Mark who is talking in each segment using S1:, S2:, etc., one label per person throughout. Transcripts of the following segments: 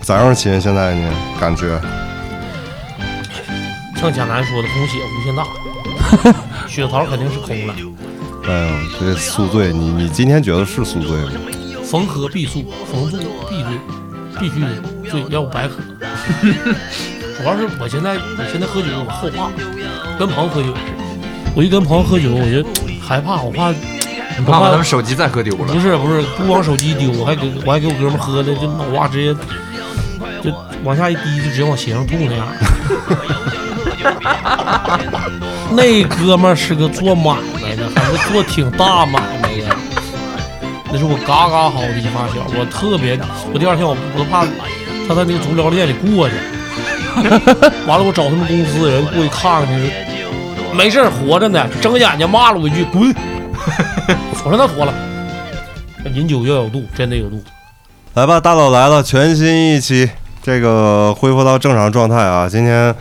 S1: 咋样，秦？现在你感觉？
S2: 像贾楠说的，红血无限大， 血槽肯定是空了，
S1: 哎呀，这宿醉，你你今天觉得是宿醉吗？
S2: 逢喝必宿，逢醉必醉，必须醉，要不白喝。 主要是我现在，我现在喝酒我后怕，跟朋友喝酒，我一跟朋友喝酒我就害怕，我怕，
S3: 你
S2: 我
S3: 怕把他们手机再喝丢了
S2: 不？是不是，不光手机丢，我还给我还给我哥们儿喝的，就脑瓜直接就往下一滴，就直接往鞋上吐那样。 那哥们儿是个做买卖的，还是做挺大买卖的。那是我嘎嘎好的一发小，我特别，我第二天我我都怕他在那个足疗店里过去， 完了我找他们公司人过去看看去，没事儿活着呢，睁眼睛骂了我一句滚， 我说那妥了。饮酒要有度，真得有度。
S1: 来吧，大佬来了，全新一期，这个恢复到正常状态啊！今天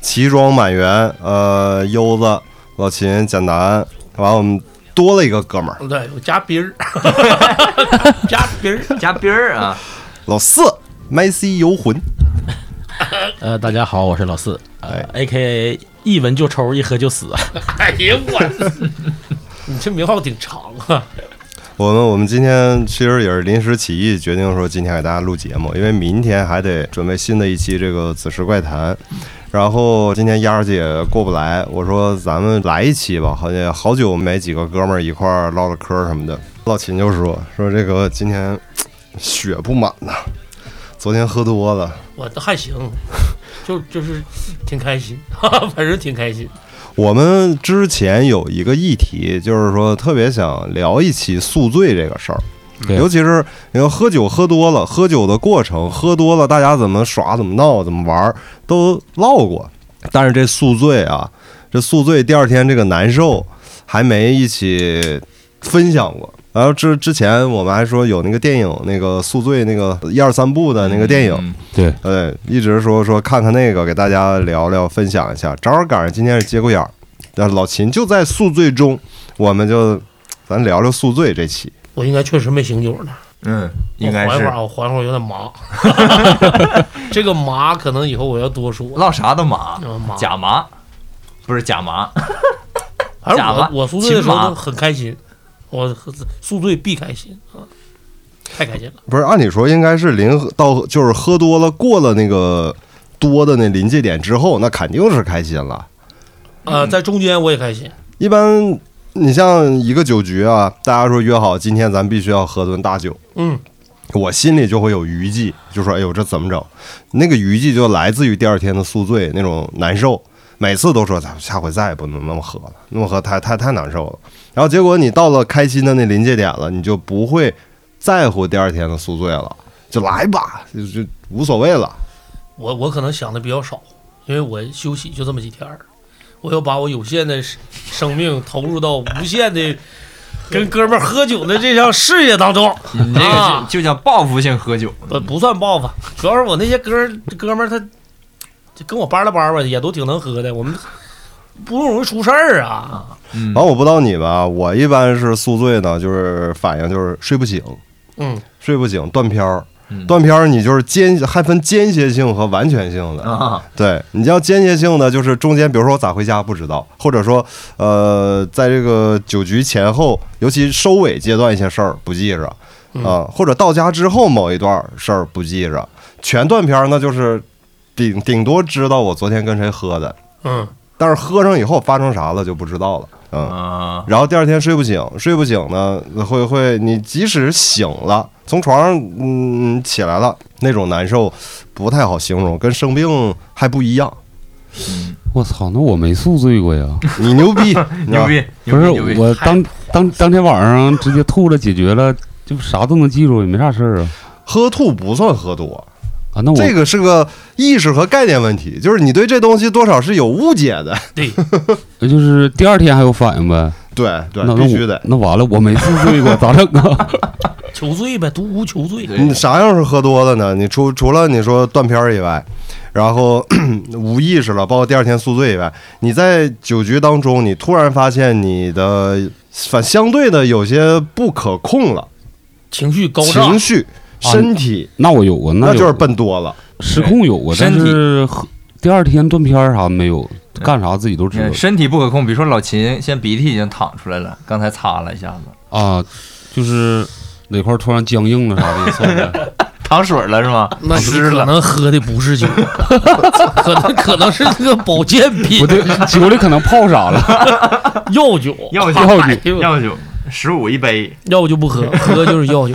S1: 奇装满员，呃，优子、老秦、简南，完我们多了一个哥们儿，
S2: 对，我加冰儿，加冰儿。
S3: 加冰儿啊，
S1: 老四，MC 游魂，
S4: 呃，大家好，我是老四，
S3: 哎
S4: 呃，A K A 一闻就抽，一喝就 死。啊
S2: 哎呀，我，你这名号挺长啊。
S1: 我们我们今天其实也是临时起意，决定说今天给大家录节目，因为明天还得准备新的一期这个《子时怪谈》，然后今天丫儿姐过不来，我说咱们来一期吧，好像好久没几个哥们儿一块儿唠唠嗑儿什么的。老秦就说说这个今天血不满呐，昨天喝多了，
S2: 我这还行，就就是挺开心， 反正挺开心。
S1: 我们之前有一个议题，就是说特别想聊一起宿醉这个事儿。
S4: 对
S1: 尤其是你要喝酒喝多了，喝酒的过程，喝多了大家怎么耍、怎么闹、怎么玩儿都唠过，但是这宿醉啊，这宿醉第二天这个难受还没一起分享过。然后之之前我们还说有那个电影，那个宿醉那个一二三部的那个电影，
S3: 嗯
S4: 对，
S1: 对，一直说说看看那个，给大家聊聊分享一下。正好赶上今天是节骨眼儿，但老秦就在宿醉中，我们就咱聊聊宿醉这期。
S2: 我应该确实没醒酒呢，
S3: 嗯，应该
S2: 我缓一会
S3: 是
S2: 儿啊，我缓一会儿有点 麻。这个麻可能以后我要多说。
S3: 唠啥都麻，
S2: 嗯麻
S3: 假麻，不是假麻，
S2: 反正
S3: 假
S2: 我
S3: 麻
S2: 我宿醉的时候
S3: 秦
S2: 都
S3: 麻
S2: 很开心，我宿醉必开心啊，太开心了。
S1: 不是，按理说应该是临喝到就是喝多了，过了那个多的那临界点之后，那肯定是开心了。
S2: 呃，
S3: 嗯
S2: 在中间我也开心，
S1: 一般你像一个酒局啊，大家说约好今天咱必须要喝顿大酒，
S2: 嗯，
S1: 我心里就会有余悸，就说哎呦这怎么整？那个余悸就来自于第二天的宿醉那种难受，每次都说咱下回再也不能那么喝了，那么喝太太太难受了。然后结果你到了开心的那临界点了，你就不会在乎第二天的宿醉了，就来吧，就就无所谓了。
S2: 我我可能想的比较少，因为我休息就这么几天儿，我要把我有限的生生命投入到无限的 跟哥们儿喝酒的这项事业当 中。
S3: 你这个
S2: 啊
S3: 就就叫报复性喝酒，
S2: 不不算报复，主要是我那些哥儿哥们儿他就跟我班儿了班儿吧，也都挺能喝的，我们不容易出事儿啊。
S3: 嗯
S1: 完，我不知道你们啊，我一般是宿醉呢，就是反应就是睡不醒，
S2: 嗯，
S1: 睡不醒断片儿
S3: 嗯。
S1: 断片儿，你就是间还分间歇性和完全性的。
S3: 啊，
S1: 对，你要间歇性的，就是中间，比如说我咋回家不知道，或者说，呃，在这个酒局前后，尤其收尾阶段一些事儿不记着啊、
S2: 嗯
S1: 或者到家之后某一段事儿不记着，全断片儿呢，就是顶顶多知道我昨天跟谁喝的，
S2: 嗯，
S1: 但是喝上以后发生啥了就不知道了，嗯。
S3: 啊，
S1: 然后第二天睡不醒，睡不醒呢，会会你即使醒了，从床上嗯起来了，那种难受不太好形容，跟生病还不一样。
S5: 我操，那我没宿 醉过呀！
S1: 你牛逼，
S3: 牛！逼，
S5: 不是
S3: 牛逼牛逼，
S5: 我
S2: 太
S5: 当当当天晚上直接吐了，解决了，就啥都能记住，也没啥事儿啊。
S1: 喝吐不算喝多，
S5: 啊，那我
S1: 这个是个意识和概念问题，就是你对这东西多少是有误解的。
S2: 对，
S5: 那就是第二天还有反应呗？
S1: 对对
S5: 那，
S1: 必须
S5: 那我
S1: 得。
S5: 那完了，我没宿 醉过，咋整啊？
S2: 求醉呗，独孤求醉。
S1: 你啥样是喝多了呢？你除除了你说断片儿以外，然后 无意识了，包括第二天宿醉以外，你在酒局当中，你突然发现你的反相对的有些不可控了，
S2: 情绪高涨
S1: 情，绪身体
S5: 那我 有过，
S1: 那
S5: 有
S1: 就是笨多了。
S5: 失控有过，但
S3: 身体
S5: 是喝第二天断片儿啥没有，干啥自己都知道
S3: 嗯身体不可控，比如说老秦现在鼻涕已经淌出来了，刚才擦了一下子，
S5: 啊，就是哪块儿突然僵硬了啥的也 算呗。
S3: 淌水了是 吗？
S2: 那你
S3: 湿
S2: 可
S3: 了，
S2: 能喝的不是酒， 可能可能是那个保健
S5: 不
S2: 品
S5: 对，酒里可能泡啥了，
S2: 药酒，哎
S3: 药酒
S5: 药酒
S3: 药酒十五一杯，
S2: 药就不喝，喝就是药 酒。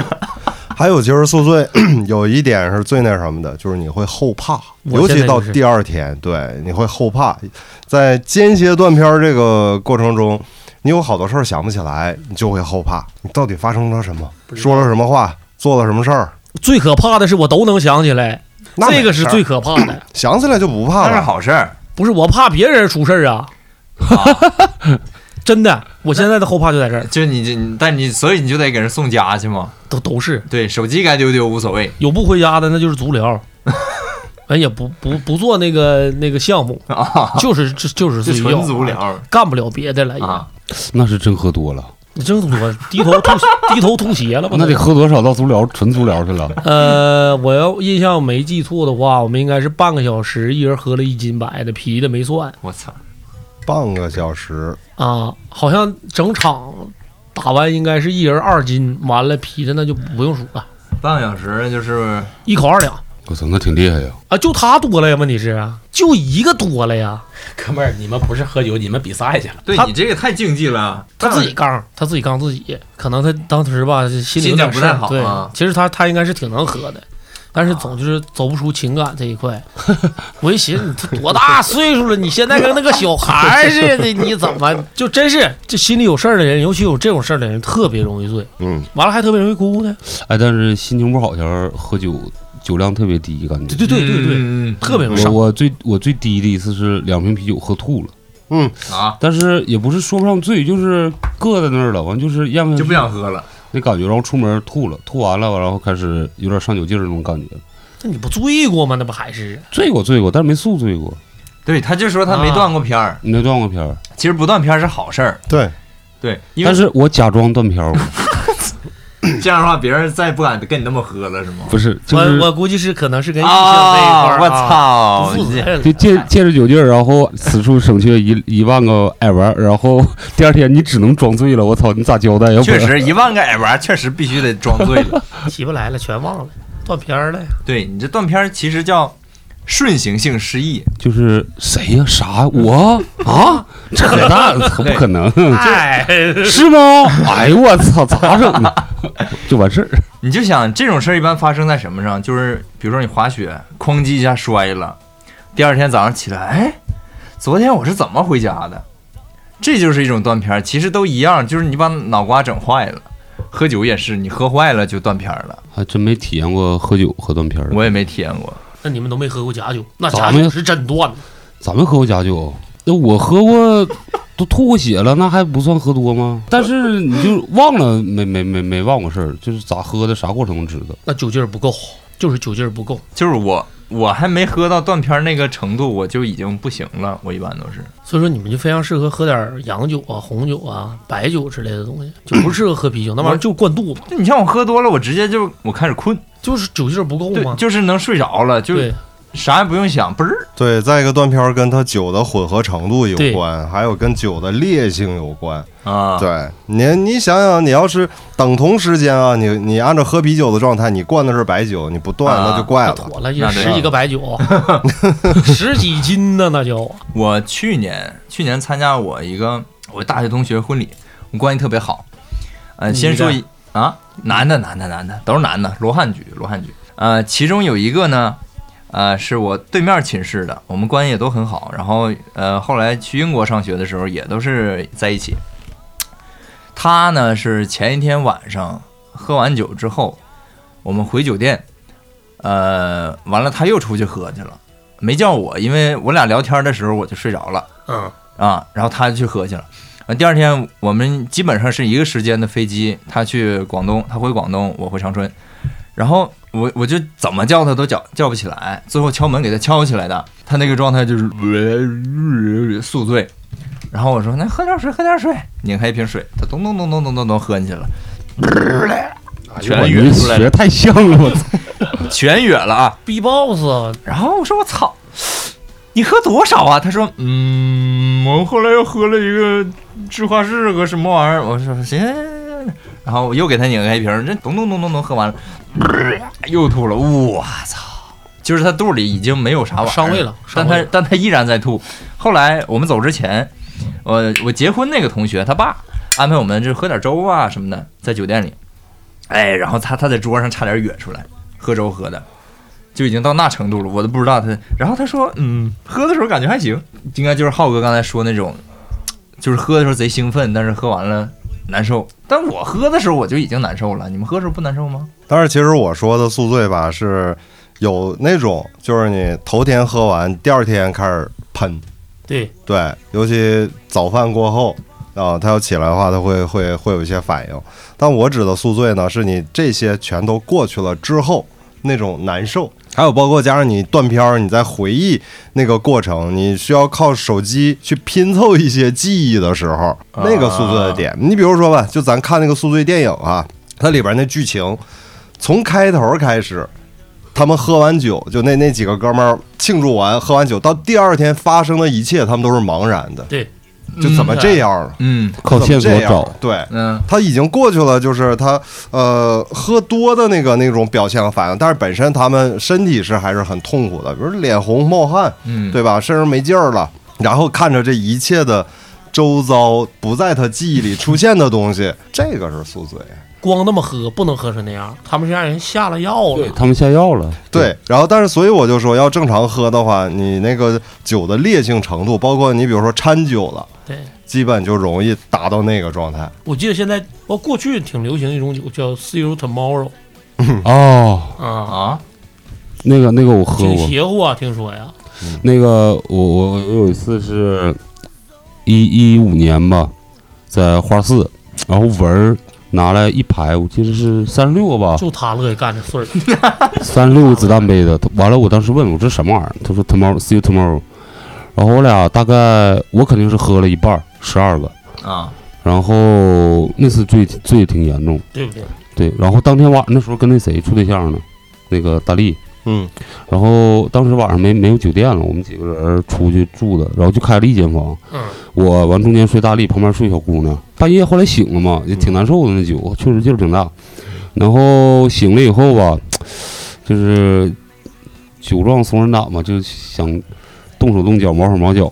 S1: 还有就是宿醉， 有一点是最那什么的，就是你会后怕，
S2: 我
S1: 尤
S2: 现
S1: 其
S2: 在
S1: 到
S2: 就是
S1: 第二天，对，你会后怕。在间歇断片儿这个过程中，你有好多事儿想不起来，你就会后怕，你到底发生了什么，说了什么话，做了什么事儿，
S2: 最可怕的是我都能想起来，
S1: 那
S2: 这
S1: 没
S2: 个是
S1: 事儿
S2: 最可怕的。
S1: 想起来就不怕
S3: 那是
S1: 了。
S3: 好事儿。
S2: 不是我怕别人出事儿啊，
S3: 啊
S2: 真的，我现在的后怕就在这儿，
S3: 就你这，但你所以你就得给人送家去嘛。
S2: 都都是
S3: 对手机该丢丢无所谓
S2: 有不回家的，那就是足 疗。哎，也不不不做那个那个项目，
S3: 啊，
S2: 就是就就是啊哎
S3: 就
S2: 自己
S3: 纯
S2: 要
S3: 足，疗
S2: 干不了别的了。
S3: 啊，
S5: 那是真喝 多了，
S2: 你真我低头 吐低头吐血了吧？
S5: 那得喝多少到足疗纯足疗去了。
S2: 呃，我要印象没记错的话，我们应该是半个小时，一人喝了一斤白的，啤的没算
S3: 我操，
S1: 半个小时，
S2: 啊。好像整场打完应该是一人二斤，完了啤的那就不用数了，
S3: 半个小时就是
S2: 一口二两
S5: 我操，那挺厉害呀！
S2: 啊。就他多了呀？问题是就一个多了呀，
S4: 哥们儿，你们不是喝酒，你们比赛去了。
S3: 对
S2: 他
S3: 你这个太竞技了，
S2: 他自己杠，他自己杠自己。可能他当时吧心里有
S3: 心情
S2: 点
S3: 不
S2: 事
S3: 太
S2: 儿
S3: 好
S2: 对
S3: 啊，
S2: 其实他他应该是挺能喝的。但是总就是走不出情感这一块， 我一寻思，你这多大岁数了，你现在跟那个小孩儿似的，你怎么就真是这心里有事儿的人，尤其有这种事儿的人，特别容易醉，
S1: 嗯，
S2: 完了还特别容易哭呢。
S5: 哎，但是心情不好前儿喝酒，酒量特别低，感觉。
S2: 对对对对对，
S3: 嗯
S2: 特别容易
S5: 我
S2: 上。
S5: 我最我最低的一次是两瓶啤酒喝吐了，
S3: 啊，
S5: 但是也不是说不上醉，就是硌在那儿了，完就是咽不下
S3: 就
S5: 去
S3: 不想喝了，
S5: 那感觉，然后出门吐了，吐完了，然后开始有点上酒劲儿那种感觉。
S2: 那你不醉过吗？那不还是
S5: 醉过醉过，但是没宿醉过。
S3: 对，他就说他没断过片儿，
S5: 你那断过片儿，
S3: 其实不断片儿是好事儿，
S1: 对，
S3: 对，因为
S5: 但是我假装断 片儿过，
S3: 这样的话别人再不敢跟你那么喝了是吗？
S5: 不是，就
S2: 我
S5: 是
S2: 我估计是可能是跟异性这一块
S3: 啊，
S2: 儿，
S3: 我
S2: 啊，
S3: 操，
S2: 不负责
S3: 你
S2: 任
S5: 就
S2: 了。
S5: 借 借着酒劲儿，然后此处省去一一万个爱玩儿，然后 第二天你只能装醉了。我操，你咋交代？要不
S3: 确
S5: 然
S3: 实一万个矮娃确实必须得装醉了，
S2: 哎起不来了，全忘了，断片儿了呀。
S3: 对你这断片儿其实叫顺行性失忆，
S5: 就是谁呀、啥？ 我啊？扯淡，可不可能？
S2: 哎，
S5: 是吗？哎呦我操，咋整啊？就完事儿。
S3: 你就想这种事儿一般发生在什么上？就是比如说你滑雪，哐叽一下摔了，第二天早上起来，哎，昨天我是怎么回家的？这就是一种断片儿，其实都一样，就是你把脑瓜整坏了。喝酒也是，你喝坏了就断片儿了。
S5: 还真没体验过喝酒喝断片儿，
S3: 我也没体验过，
S2: 那你们都没喝过假酒，那
S5: 咱
S2: 假
S5: 们
S2: 酒是真断了。
S5: 咱们喝过假酒，那我喝过都吐过血了，那还不算喝多吗？但是你就忘了，没没没没忘过事儿，就是咋喝的，啥过程都知道。
S2: 那酒劲儿不够，就是酒劲儿不够。
S3: 就是我我还没喝到断片儿那个程度，我就已经不行了。我一般都是
S2: 所以说你们就非常适合喝点儿洋酒啊、红酒啊、白酒之类的东西，就不适合喝啤酒，那玩意儿就灌肚子，
S3: 就你像我喝多了，我直接就我开始困，
S2: 就是酒劲儿不够
S3: 对，
S2: 嘛。
S3: 就是能睡着了，就是
S2: 对，
S3: 啥也不用想，嘣儿。
S1: 对，再一个断片儿跟它酒的混合程度有
S2: 对
S1: 关，还有跟酒的烈性有关。
S3: 啊，
S1: 对你，你想想，你要是等同时间啊，你你按照喝啤酒的状态，你灌的是白酒，你不断
S3: 啊
S1: 那就怪
S2: 那
S1: 了。
S2: 妥了，也
S3: 那
S2: 十
S3: 得
S2: 几个白酒，十几斤呢，那就
S3: 我去年去年参加我一个我大学同学婚礼，我们关系特别好。呃，先说一啊，男的男的男的都是男的，罗汉局罗汉局。呃，其中有一个呢，呃，是我对面寝室的，我们关系也都很好。然后呃，后来去英国上学的时候也都是在一起。他呢是前一天晚上喝完酒之后，我们回酒店，呃，完了他又出去喝去了。没叫我，因为我俩聊天的时候我就睡着了
S2: 嗯，
S3: 啊，然后他就去喝去了。呃，第二天我们基本上是一个时间的飞机，他去广东，他回广东，我回长春，然后我我就怎么叫他都叫叫不起来，最后敲门给他敲起来的，他那个状态就是 宿醉。然后我说：“那喝点水，喝点水。”拧开一瓶水，他咚咚咚咚咚咚咚喝进去了。
S1: 哎
S3: 全
S5: 我
S3: 哕
S5: 这
S3: 出来
S5: 学
S3: 了，
S5: 太像了，我操！
S3: 全哕了啊！
S2: B boss
S3: 然后我说我操，你喝多少啊？他说嗯，我后来又喝了一个芝华士个什么玩意儿。我说行，然后我又给他拧开一瓶儿，这咚咚咚咚咚喝完了，又吐了。我操！就是他肚里已经没有啥玩意儿
S2: 上位了上
S3: 但
S2: 位
S3: 他
S2: 了
S3: 但他依然在吐。后来我们走之前，我我结婚那个同学他爸安排我们就喝点粥啊什么的，在酒店里，哎，然后他他在桌上差点哕出来，喝粥喝的。就已经到那程度了，我都不知道他。然后他说，嗯，喝的时候感觉还行，应该就是浩哥刚才说那种，就是喝的时候贼兴奋，但是喝完了难受。但我喝的时候我就已经难受了，你们喝的时候不难受吗？
S1: 但是其实我说的宿醉吧，是有那种就是你头天喝完，第二天开始喷，
S2: 对
S1: 对，尤其早饭过后啊，他要起来的话，他会会会有一些反应。但我指的宿醉呢，是你这些全都过去了之后那种难受，还有包括加上你断片儿，你在回忆那个过程，你需要靠手机去拼凑一些记忆的时候，那个宿醉的点。你比如说吧，就咱看那个宿醉电影啊，它里边那剧情从开头开始，他们喝完酒，就那那几个哥们儿庆祝完喝完酒，到第二天发生的一切，他们都是茫然的，
S2: 对，
S1: 就怎么这样了？
S3: 嗯
S5: 靠
S1: 怎么
S5: 线
S1: 这
S5: 索
S1: 样
S5: 找，
S1: 对。
S3: 嗯
S1: 他已经过去了，就是他呃喝多的那个那种表现和反应，但是本身他们身体是还是很痛苦的，比如脸红冒汗，
S3: 嗯，
S1: 对吧？身上没劲儿了，然后看着这一切的周遭不在他记忆里出现的东西，这个是宿醉。
S2: 光那么喝不能喝成那样，他们是让人下了药
S5: 对
S2: 了。
S5: 他们下药了，
S1: 对，然后但是所以我就说，要正常喝的话，你那个酒的烈性程度，包括你比如说掺酒了，
S2: 对，
S1: 基本就容易达到那个状态。
S2: 我记得现在我过去挺流行一种酒叫 See You Tomorrow
S5: 哦，
S2: 啊，
S3: 啊，
S5: 那个那个我喝
S2: 挺
S5: 过，
S2: 邪乎啊，听说呀，
S5: 那个我我我有一次是一一五年吧，在花市，然后文儿拿来一排，我记得是三十六个吧，
S2: 就他乐意干这事儿。
S5: 三十六个子弹杯子。他完了，我当时问我这什么玩意儿，他说 tomorrow see you tomorrow。然后我俩大概我肯定是喝了一半，十二个。
S3: 啊，
S5: 然后那次醉醉挺严重，
S2: 对不对？
S5: 对。然后当天晚那时候跟那谁处对象呢，那个大力。
S1: 嗯，
S5: 然后当时晚上没没有酒店了，我们几个人出去住的，然后就开了一间房。
S2: 嗯，
S5: 我完中间睡大力，旁边睡小姑娘。半夜后来醒了嘛，也挺难受的，那酒确实劲儿挺大。然后醒了以后吧，就是酒壮怂人胆嘛，就想动手动脚，毛手毛脚。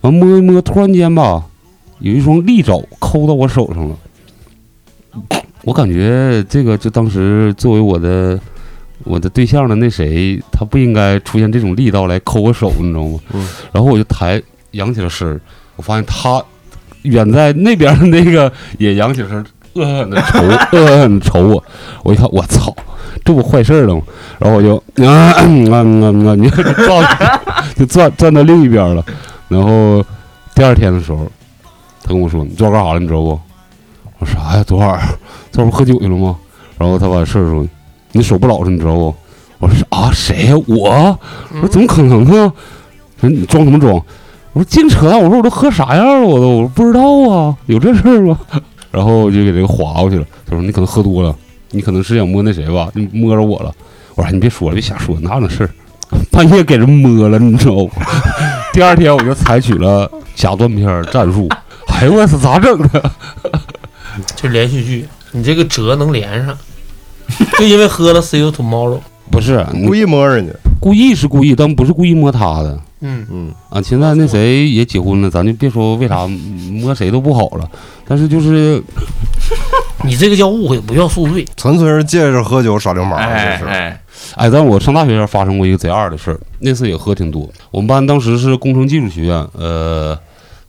S5: 完摸一摸，突然间吧，有一双利爪抠到我手上了。我感觉这个就当时作为我的我的对象的那谁，他不应该出现这种力道来抠我手，你知道吗？
S1: 嗯
S5: 然后我就抬扬起了身儿，我发现他远在那边儿的那个也扬起了身儿，恶狠的瞅，恶狠的瞅我。我一看，我操，这不坏事儿了吗？然后我就啊啊啊啊，你 就转就转转到另一边儿了。然后第二天的时候，他跟我说：“你昨儿干啥了？你知道不？”我说：“啥呀？昨晚儿昨晚儿不喝酒去了吗？”然后他把事儿说：“你手不老实，你知道不？”我说：“啊，谁呀？我？我说怎么可能呢？我说你装什么装？我说净扯淡！我说我都喝啥样了？我都我说不知道啊，有这事儿吗？ 然后我就给这个划过去了。他说你可能喝多了，你可能是想摸那谁吧，你摸着我了。我说哎你别说了，别瞎说，哪有那事儿？ 半夜给人摸了，你知道吗？ 第二天我就采取了假断片儿战术。哎呦我操，咋整的？
S2: 就连续剧，你这个折能连上， 就因为喝了 See You Tomorrow。
S5: 不是
S1: 故意摸人家，
S5: 故意是故意，但不是故意摸他的。
S2: 嗯，
S1: 嗯，
S5: 啊，现在那谁也结婚了，咱就别说为啥摸谁都不好了，但是就是
S2: 你这个叫误会，不叫宿醉。
S1: 纯粹是借着喝酒耍流氓，这
S3: 哎
S1: 是。
S3: 哎，
S5: 哎，但我上大学时候发生过一个贼二的事儿，那次也喝挺多。我们班当时是工程技术学院，呃，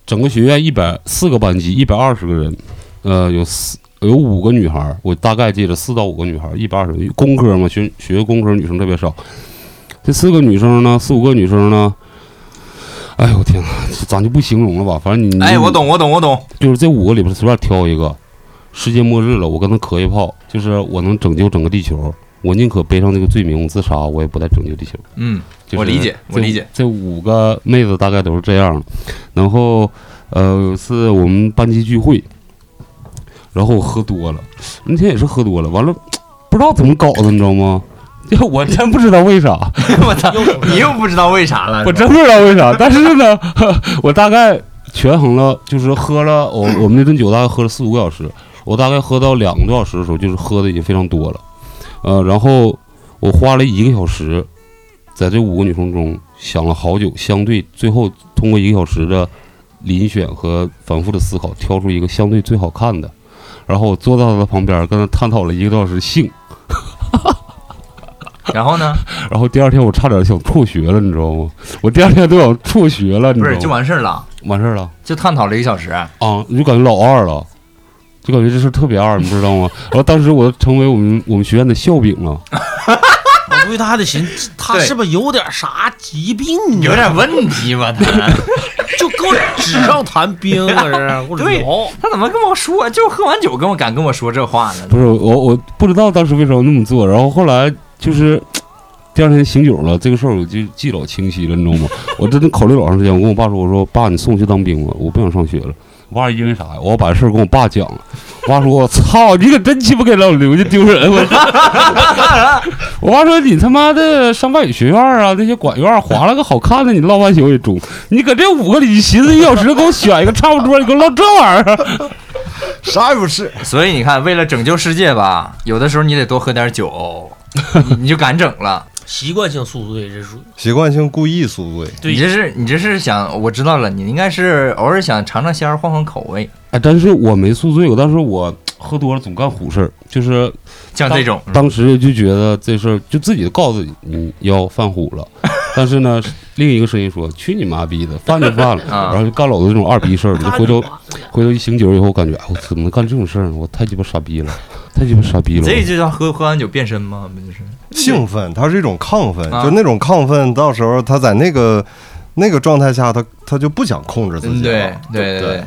S5: 整个学院一百四个班级，一百二十个人，呃，有四有五个女孩儿，我大概记着四到五个女孩儿，一百二十，工科嘛，学学工科女生特别少。这四个女生呢，四五个女生呢，哎呦我天呐，咱就不形容了吧，反
S1: 嗯
S5: 正你
S3: 哎，我，懂，我懂，我懂，
S5: 就是这五个里边随便挑一个，世界末日了，我跟他磕一炮，就是我能拯救整个地球，我宁可背上这个罪名自杀，我也不再拯救地球。
S3: 嗯，
S5: 就是
S3: 我理解
S5: 这
S3: 我理解。
S5: 这五个妹子大概都是这样的。然后，呃，有一次我们班级聚会，然后我喝多了，那天也是喝多了，完了不知道怎么搞的，你知道吗？ 就我真不知道为啥，
S3: 我操，你又不知道为啥了？
S5: 我真不知道为啥。但是呢， 我大概权衡了，就是喝了我我们那顿酒大概喝了四五个小时，我大概喝到两个多小时的时候，就是喝的已经非常多了，呃，然后我花了一个小时，在这五个女生中想了好久，相对最后通过一个小时的遴选和反复的思考，挑出一个相对最好看的，然后我坐到她旁边，跟她探讨了一个多小时性。
S3: 然后 呢？
S5: 然后第二天我差点想辍学了，你知道吗？我第二天都想辍学了，你
S3: 不
S5: 知道
S3: 是
S5: 吗？
S3: 就完事儿了，
S5: 完事儿了
S3: 就探讨了一个小时。
S5: 啊！你就感觉老二了，就感觉这事儿特别二，你知道吗？然后当时我成为我们我们学院的笑柄了，
S2: 我估计他还得寻思，他
S3: 对
S2: 是不是有点啥疾病啊？
S3: 有点问题吧他？
S2: 就跟我纸上谈兵啊，这是 我
S3: 对
S2: 聊。
S3: 他怎么跟我说？就喝完酒跟我敢跟我说这话呢？
S5: 不是我我不知道当时为什么那么做，然后后来就是。第二天醒酒了，这个事儿我就记老清晰了，你知道吗？我真的考虑老长时间。我跟我爸说：“我说爸，你送我去当兵吧，我不想上学了。”我爸因为啥呀？我把事儿跟我爸讲了。我爸说：“我操，你可真鸡巴给老刘家丢人！”我我爸说：“你 他妈的上外语学院啊，那些管院划了个好看的，你落半宿也中。你搁这五个里，寻思一小时给我选一个差不多，你给我唠这玩意儿。
S1: 啥也不是。
S3: 所以你看，为了拯救世界吧，有的时候你得多喝点酒，你你就敢整了。
S2: 习惯性宿醉，这属于
S1: 习惯性故意宿醉，
S2: 对
S3: 你这是你这是想我知道了，你应该是偶尔想尝尝鲜儿，换换口味，”
S5: 哎，但是我没宿醉，我当时我喝多了总干虎事儿，就是
S3: 像这种
S5: 当时就觉得这事儿就自己就告诉自己你要犯虎了。但是呢， 另一个声音说：“去你妈逼的，犯就犯了，
S3: 啊
S5: 然后就干老子这种二逼事儿。”我就回头
S2: 他妈
S5: 回头一醒酒以后，感觉哎，我怎么能干这种事儿呢？我太鸡巴傻逼了，太鸡巴傻逼了。
S3: 这就叫喝喝完酒变身吗？不就是
S1: 兴奋，它是一种亢奋，
S3: 啊
S1: 就那种亢奋，到时候他在那个那个状态下，他他就不想控制自己
S3: 嗯对
S1: 了，对
S3: 对啊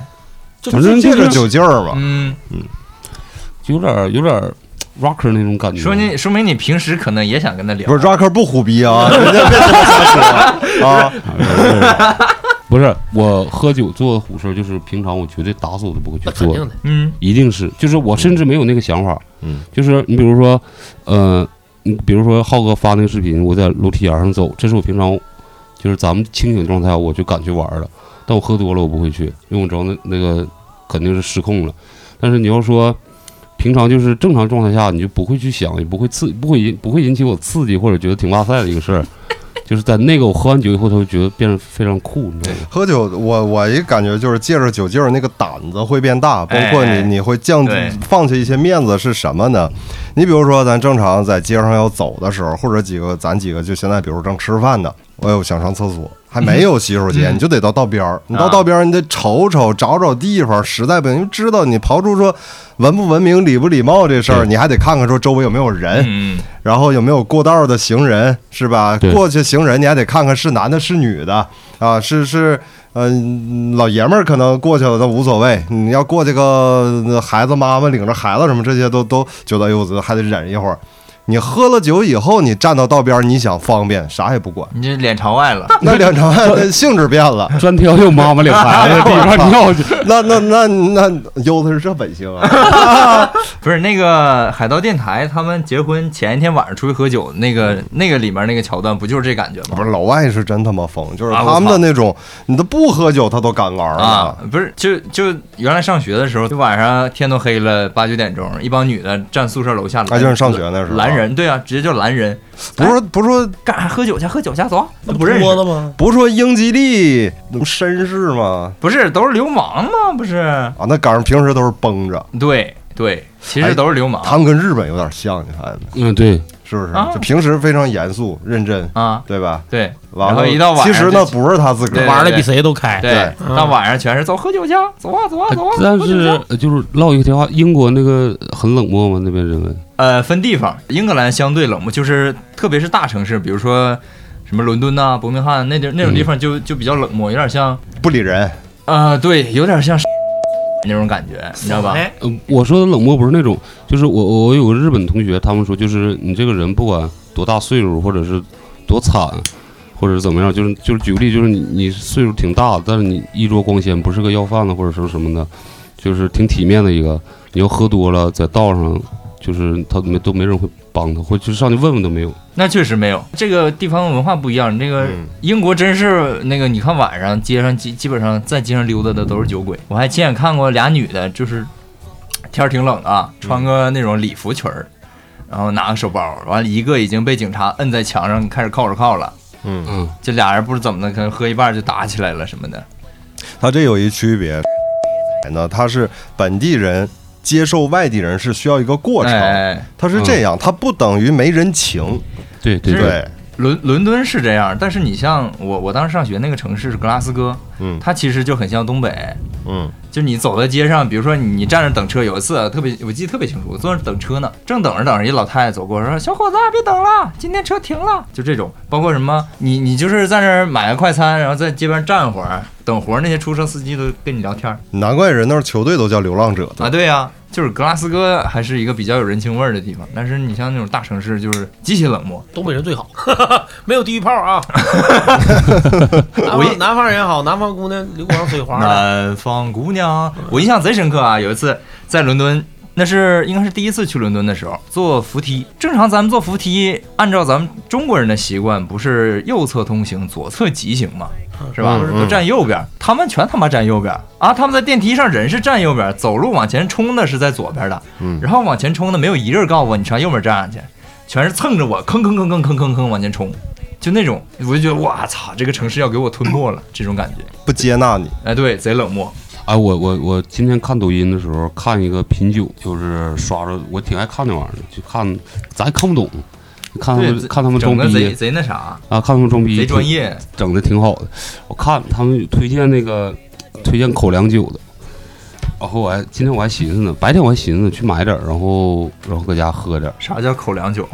S3: 对，，
S1: 就
S5: 反正
S1: 借
S5: 就是
S1: 着酒劲儿嘛。
S3: 嗯，
S5: 有点儿有点儿 rocker 那种感觉。
S3: 说明说明你平时可能也想跟他聊，
S1: 不是抓克不虎逼 啊，人家别这么说啊！
S5: 不是我喝酒做的虎事儿，就是平常我绝对打死我都不会去
S2: 那肯
S5: 做
S2: 定，的，
S3: 嗯
S5: 一定是，就是我甚至没有那个想法。
S1: 嗯，
S5: 就是你比如说，呃，你比如说浩哥发那个视频，我在楼梯沿上走，这是我平常就是咱们清醒状态我就敢去玩儿的，但我喝多了我不会去，因为我知道那那个肯定是失控了。但是你要说平常就是正常状态下，你就不会去想，也不会刺，不会引不会引起我刺激或者觉得挺哇塞的一个事儿。就是在那个我喝完酒以后，他就觉得变得非常酷，你知道吗？
S1: 喝酒，我我一感觉就是借着酒劲儿，那个胆子会变大，包括
S3: 哎
S1: 你
S3: 哎
S1: 你会降低
S3: 对
S1: 放下一些面子是什么呢？你比如说，咱正常在街上要走的时候，或者几个咱几个就现在，比如正吃饭呢，哎呦想上厕所，还没有洗手
S3: 嗯
S1: 间，你就得到道边儿。你到
S3: 啊
S1: 道边儿，你得瞅瞅找找地方，实在不行，因为知道你刨出说文不文明、礼不礼貌这事儿，
S5: 对
S1: 你还得看看说周围有没有人。
S3: 嗯，
S1: 然后有没有过道的行人，是吧
S5: 对？
S1: 过去行人你还得看看是男的是女的啊，是是，嗯、老爷们儿可能过去了都无所谓，你要过去个呃孩子妈妈领着孩子什么这些都都觉得哎呦，我还得忍一会儿。你喝了酒以后，你站到道边儿，你想方便啥也不 管，
S3: 你这脸朝外了，
S1: 那两场案的性质变 了，
S5: 专挑有妈妈领 孩子的地方尿去。
S1: 那那那那悠的是这本性啊，
S3: 不是那个海盗电台，他们结婚前一天晚上出去喝酒，那个那个里面那个桥嗯段，不就是这感觉吗？
S1: 不是老外是真他妈疯，就是
S3: 啊我
S1: 他们
S3: 操
S1: 的那种，你都不喝酒他都敢玩儿
S3: 啊，不是，就就原来上学的时候，就晚上天都黑了，八九点钟，一帮女的站宿舍楼下，
S1: 啊就是上学那时候啊
S3: 拦人，对啊，直接就拦人，
S1: 不是不是说
S3: 干啥喝酒去，喝酒去，走啊，
S2: 那
S3: 不认
S2: 多
S3: 识，
S2: 了吗？
S1: 不是说英吉利绅士吗？
S3: 不是都是流氓吗？不是，哎
S1: 啊，那赶上平时都是绷着，
S3: 对对，其实都是流氓、
S1: 他们跟日本有点像，你看
S5: 嗯，对，
S1: 是不是
S3: 啊？
S1: 就平时非常严肃认真，
S3: 啊，
S1: 对吧？
S3: 对，
S1: 完
S3: 然后
S1: 了，
S3: 一到晚上
S1: 其实
S3: 就
S1: 呢，不是他自个
S3: 对
S1: 儿，
S2: 玩的比谁都开。
S1: 哎
S3: 对，
S2: 嗯
S3: 到晚上全是走喝酒去，走啊走啊走啊，
S5: 但
S3: 喝酒去
S5: 是呃就是唠一个电话，英国那个很冷漠吗？那边人们
S3: 呃，分地方，英格兰相对冷漠，就是特别是大城市，比如说什么伦敦呐、伯明翰那地儿那种地方就、就比较冷漠，有点像
S1: 不理人，
S3: 啊、对，有点像那种感觉，你知道吧？
S2: 哎
S5: 呃，我说的冷漠不是那种，就是我我我有个日本同学，他们说就是你这个人不管多大岁数，或者是多惨，或者是怎么样，就是就是举个例，就是你你岁数挺大，但是你衣着光鲜，不是个要饭的或者是什么的，就是挺体面的一个。你要喝多了，在道上就是他没都没人会帮他，回去上去问问都没有。
S3: 那确实没有，这个地方文化不一样。那个
S1: 嗯
S3: 英国真是那个，你看晚上街上基基本上在街上溜达的都是酒鬼。我还亲眼看过俩女的，就是天儿挺冷啊，穿个那种礼服裙儿，然后拿个手包，完了一个已经被警察摁在墙上开始铐手铐了。
S1: 嗯，
S5: 嗯，
S3: 这俩人不知怎么的，可能喝一半就打起来了什么的。
S1: 它这有一区别，呢，它是本地人接受外地人是需要一个过程，
S3: 哎，
S1: 它是这样，它不等于没人情，
S5: 对对
S3: 是
S1: 对，
S3: 伦伦敦是这样，但是你像我，我当时上学那个城市是格拉斯哥，
S1: 嗯
S3: 它其实就很像东北。
S1: 嗯
S3: 就是你走在街上，比如说你站着等车，有一次特别我记得特别清楚，我坐那等车呢，正等着等着，一老太太走过说：“小伙子，别等了，今天车停了。”就这种，包括什么，你你就是在那儿买个快餐，然后在街边站会儿等活儿，那些出租车司机都跟你聊天儿
S1: 难怪人那儿球队都叫流浪者
S3: 啊，
S1: 呢。
S3: 对呀、就是格拉斯哥还是一个比较有人情味儿的地方，但是你像那种大城市就是极其冷漠。
S2: 东北人最好，没有地狱炮啊！南
S3: 我一
S2: 方南方人好，南方姑娘流光水滑的，
S3: 南方姑娘，我印象贼深刻啊！有一次在伦敦，那是应该是第一次去伦敦的时候，坐扶梯。正常咱们坐扶梯，按照咱们中国人的习惯，不是右侧通行，左侧急行嘛，是吧？
S1: 嗯嗯
S3: 都站右边，他们全他妈站右边啊！他们在电梯上人是站右边，走路往前冲的是在左边的，
S1: 嗯
S3: 然后往前冲的没有一人告诉我你上右边站上去，全是蹭着我吭吭吭吭吭吭吭往前冲。就那种，我就觉得哇操，这个城市要给我吞没了，这种感觉。
S1: 不接纳你，
S3: 哎，对，贼冷漠。
S5: 哎，我我我今天看抖音的时候，看一个品酒，就是刷着，我挺爱看那玩意儿的，就看咱也看不懂，看他
S3: 对，
S5: 们看他们装
S3: 整的贼
S5: 逼
S3: 贼那啥，
S5: 啊，看他们装逼，
S3: 贼专，业。
S5: 整的挺好的。我看他们推荐那个推荐口粮酒的，然后我还今天我还寻思呢，白天我还寻思去买点儿，然后然后搁家喝点儿，
S3: 啥叫口粮酒？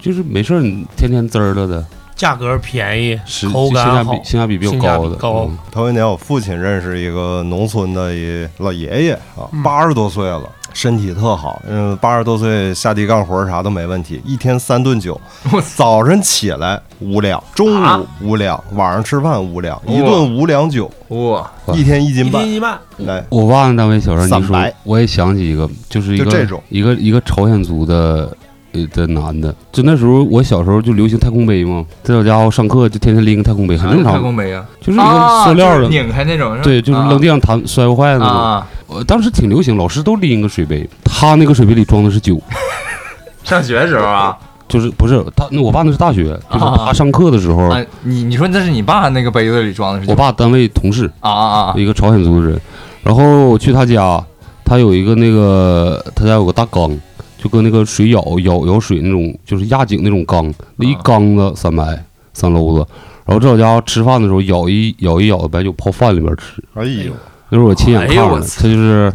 S5: 就是没事儿你天天滋儿了的，
S2: 价格便宜
S5: 是，
S2: 口
S5: 性价
S2: 感好
S5: 比。性价比比较
S2: 性价
S5: 高
S2: 比
S5: 的，
S2: 高
S5: 嗯
S1: 头一年我父亲认识一个农村的一老爷爷啊，
S3: 嗯
S1: 八十多岁了，身体特好，嗯，八十多岁下地干活啥都没问题，一天三顿酒
S3: 我，操
S1: 早晨起来五两，中午
S3: 啊
S1: 五两，晚上吃饭五两，一顿五两酒，
S3: 哇，
S5: 哇
S1: 一天一
S2: 一
S1: 斤半
S2: 斤，一半，
S1: 来，
S5: 我忘了单位小时候你
S1: 散白
S5: 说，我也想起一个，就是一个
S1: 就这种
S5: 一个一个朝鲜族的呃的男的，就那时候我小时候就流行太空杯嘛，这小家伙上课就天天拎个太空杯，很正
S3: 太
S5: 常，
S3: 空杯啊，
S5: 就是一个塑料
S3: 啊就是
S5: 的，
S3: 拧开那种，
S5: 对，就是扔地上弹摔坏了
S3: 啊
S5: 嘛。
S3: 啊。
S5: 我当时挺流行，老师都拎个水杯，他那个水杯里装的是酒，
S3: 上学时候啊，
S5: 就是不是他那我爸那是大学，就是
S3: 啊
S5: 他上课的时候，
S3: 啊，你你说那是你爸那个杯子里装的是酒
S5: 嗯我爸单位同事，
S3: 啊啊啊
S5: 一个朝鲜族人，然后去他家，他有一个那个他家有个大缸，就跟那个水舀舀舀水那种，就是压井那种缸，那一
S3: 啊
S5: 缸子三百三篓子，然后这老家伙吃饭的时候舀一舀一舀的白酒泡饭里边吃，
S1: 哎呦，
S5: 那是我亲眼
S3: 哎
S5: 看
S3: 呦我
S5: 的，
S3: 操
S5: 他就是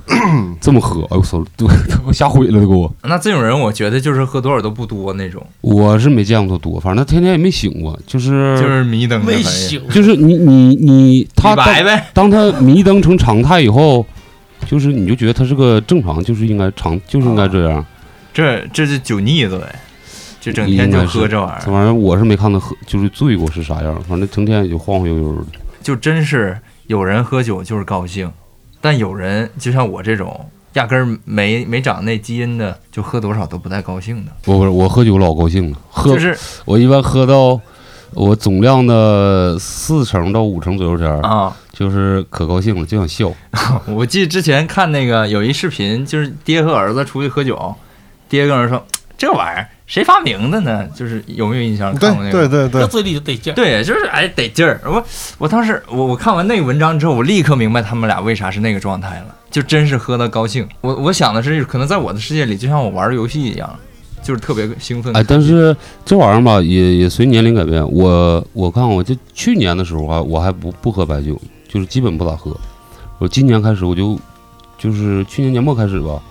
S5: 这么喝， 哎呦我操，都都吓毁了都给我。
S3: 那这种人，我觉得就是喝多少都不多那种，
S5: 我是没见过他多，反正他天天也没醒过，就是
S3: 就是迷瞪的
S2: 没
S3: 反正
S2: 醒。
S5: 就是你你你嗯他
S3: 李白呗，
S5: 当他迷瞪成常态以后，就是你就觉得他是个正常，就是应该常，就是应该这
S3: 哦
S5: 样。
S3: 这这是酒腻子呗，就整天就喝这玩意
S5: 这
S3: 儿，
S5: 玩意儿我是没看他喝，就是醉过是啥样，反正成天也就晃晃悠悠的。
S3: 就真是有人喝酒就是高兴，但有人就像我这种压根儿没没长那基因的，就喝多少都不带高兴的，
S5: 我不是我喝酒老高兴了，喝、
S3: 就是
S5: 我一般喝到我总量的四成到五成左右前儿，
S3: 啊，
S5: 就是可高兴了，就想笑。
S3: 我记得之前看那个有一视频，就是爹和儿子出去喝酒，爹跟儿子说：“这玩意儿谁发明的呢？”就是有没有印象？看过那
S1: 对对
S3: 个？
S1: 对
S2: 那
S1: 对，
S2: 嘴里就得劲儿，
S3: 对，就是哎得劲儿。我我当时我我看完那个文章之后，我立刻明白他们俩为啥是那个状态了，就真是喝到高兴。我我想的是，可能在我的世界里，就像我玩儿游戏一样，就是特别兴奋。
S5: 哎，但是这玩意儿吧，也也随年龄改变。我我看我就去年的时候啊，我还不不喝白酒，就是基本不咋喝。我今年开始，我就就是去年年末开始吧，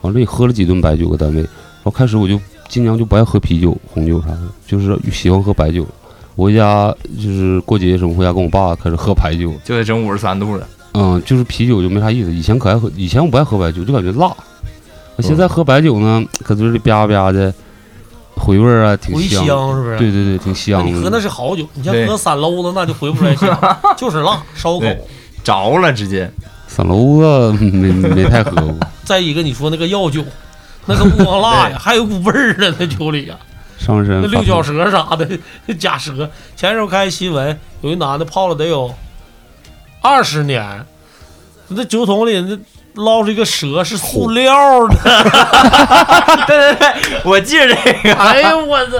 S5: 完了也喝了几顿白酒搁单位，然后开始我就尽量就不爱喝啤酒、红酒啥的，就是喜欢喝白酒。我回家就是过节什么回家跟我爸开始喝白酒，
S3: 就得整五十三度了，
S5: 嗯，就是啤酒就没啥意思。以前可爱喝，以前我不爱喝白酒，就感觉辣。我
S2: 嗯
S5: 现在喝白酒呢，搁嘴里吧吧的，回味儿啊，挺
S2: 回
S5: 香。
S2: 香是不是？
S5: 对对对，挺香的。
S2: 你喝那是好酒，你像
S3: 对
S2: 喝散篓子那就回不出来香，就是辣烧口。
S3: 对着了直接。
S5: 啊散楼子没没太喝过，
S2: 再一个，你说那个药酒，那可不光辣呀，还有股味儿呢，那酒里呀，
S5: 上身
S2: 那
S5: 嗯发
S2: 六角蛇啥的， 那假蛇。前时候看新闻，有一男的泡了得有二十年，那酒桶里那捞出一个蛇是塑料的，
S3: 对对对，我记着这 个。
S2: 哎呦我操，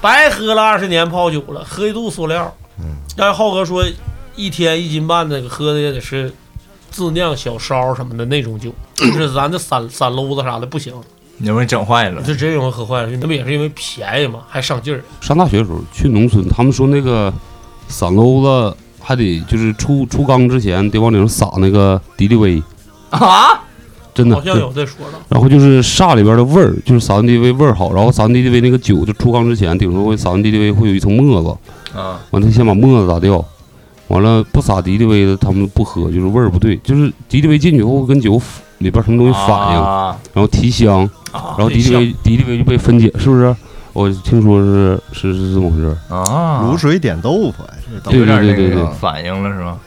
S2: 白喝了二十年泡酒了，喝一肚塑料。
S5: 嗯
S2: 但是浩哥说，一天一斤半的喝的也得是自酿小烧什么的那 种酒，就是咱这散散篓子啥的不行，
S5: 嗯
S3: 你们整坏了
S2: 就真有人喝坏了。那不也是因为便宜嘛，还上劲儿。
S5: 上大学的时候去农村，他们说那个散篓子还得就是出出缸之前得往里头撒那个敌敌畏，
S3: 啊！
S5: 真的
S2: 好像
S5: 对
S2: 有这说的，
S5: 然后就是煞里边的味儿，就是撒完敌敌畏味儿好，然后撒完敌敌畏那个酒就出缸之前，顶多会撒完敌敌畏会有一层沫子，
S3: 啊，
S5: 完他先把沫子打掉，完了不撒敌敌畏的他们不喝，就是味儿不对，就是敌敌畏进去后会跟酒里边什么东西反应，
S3: 啊
S5: 然后提香，然后敌敌畏敌敌畏就被分解，是不是？我听说是是是这么回事儿，
S3: 啊，
S1: 卤水点豆腐，哎这豆
S2: 嗯
S5: 对
S1: 腐
S3: 有点
S5: 对
S3: 这
S5: 对
S3: 个
S5: 对
S3: 反应了是吗？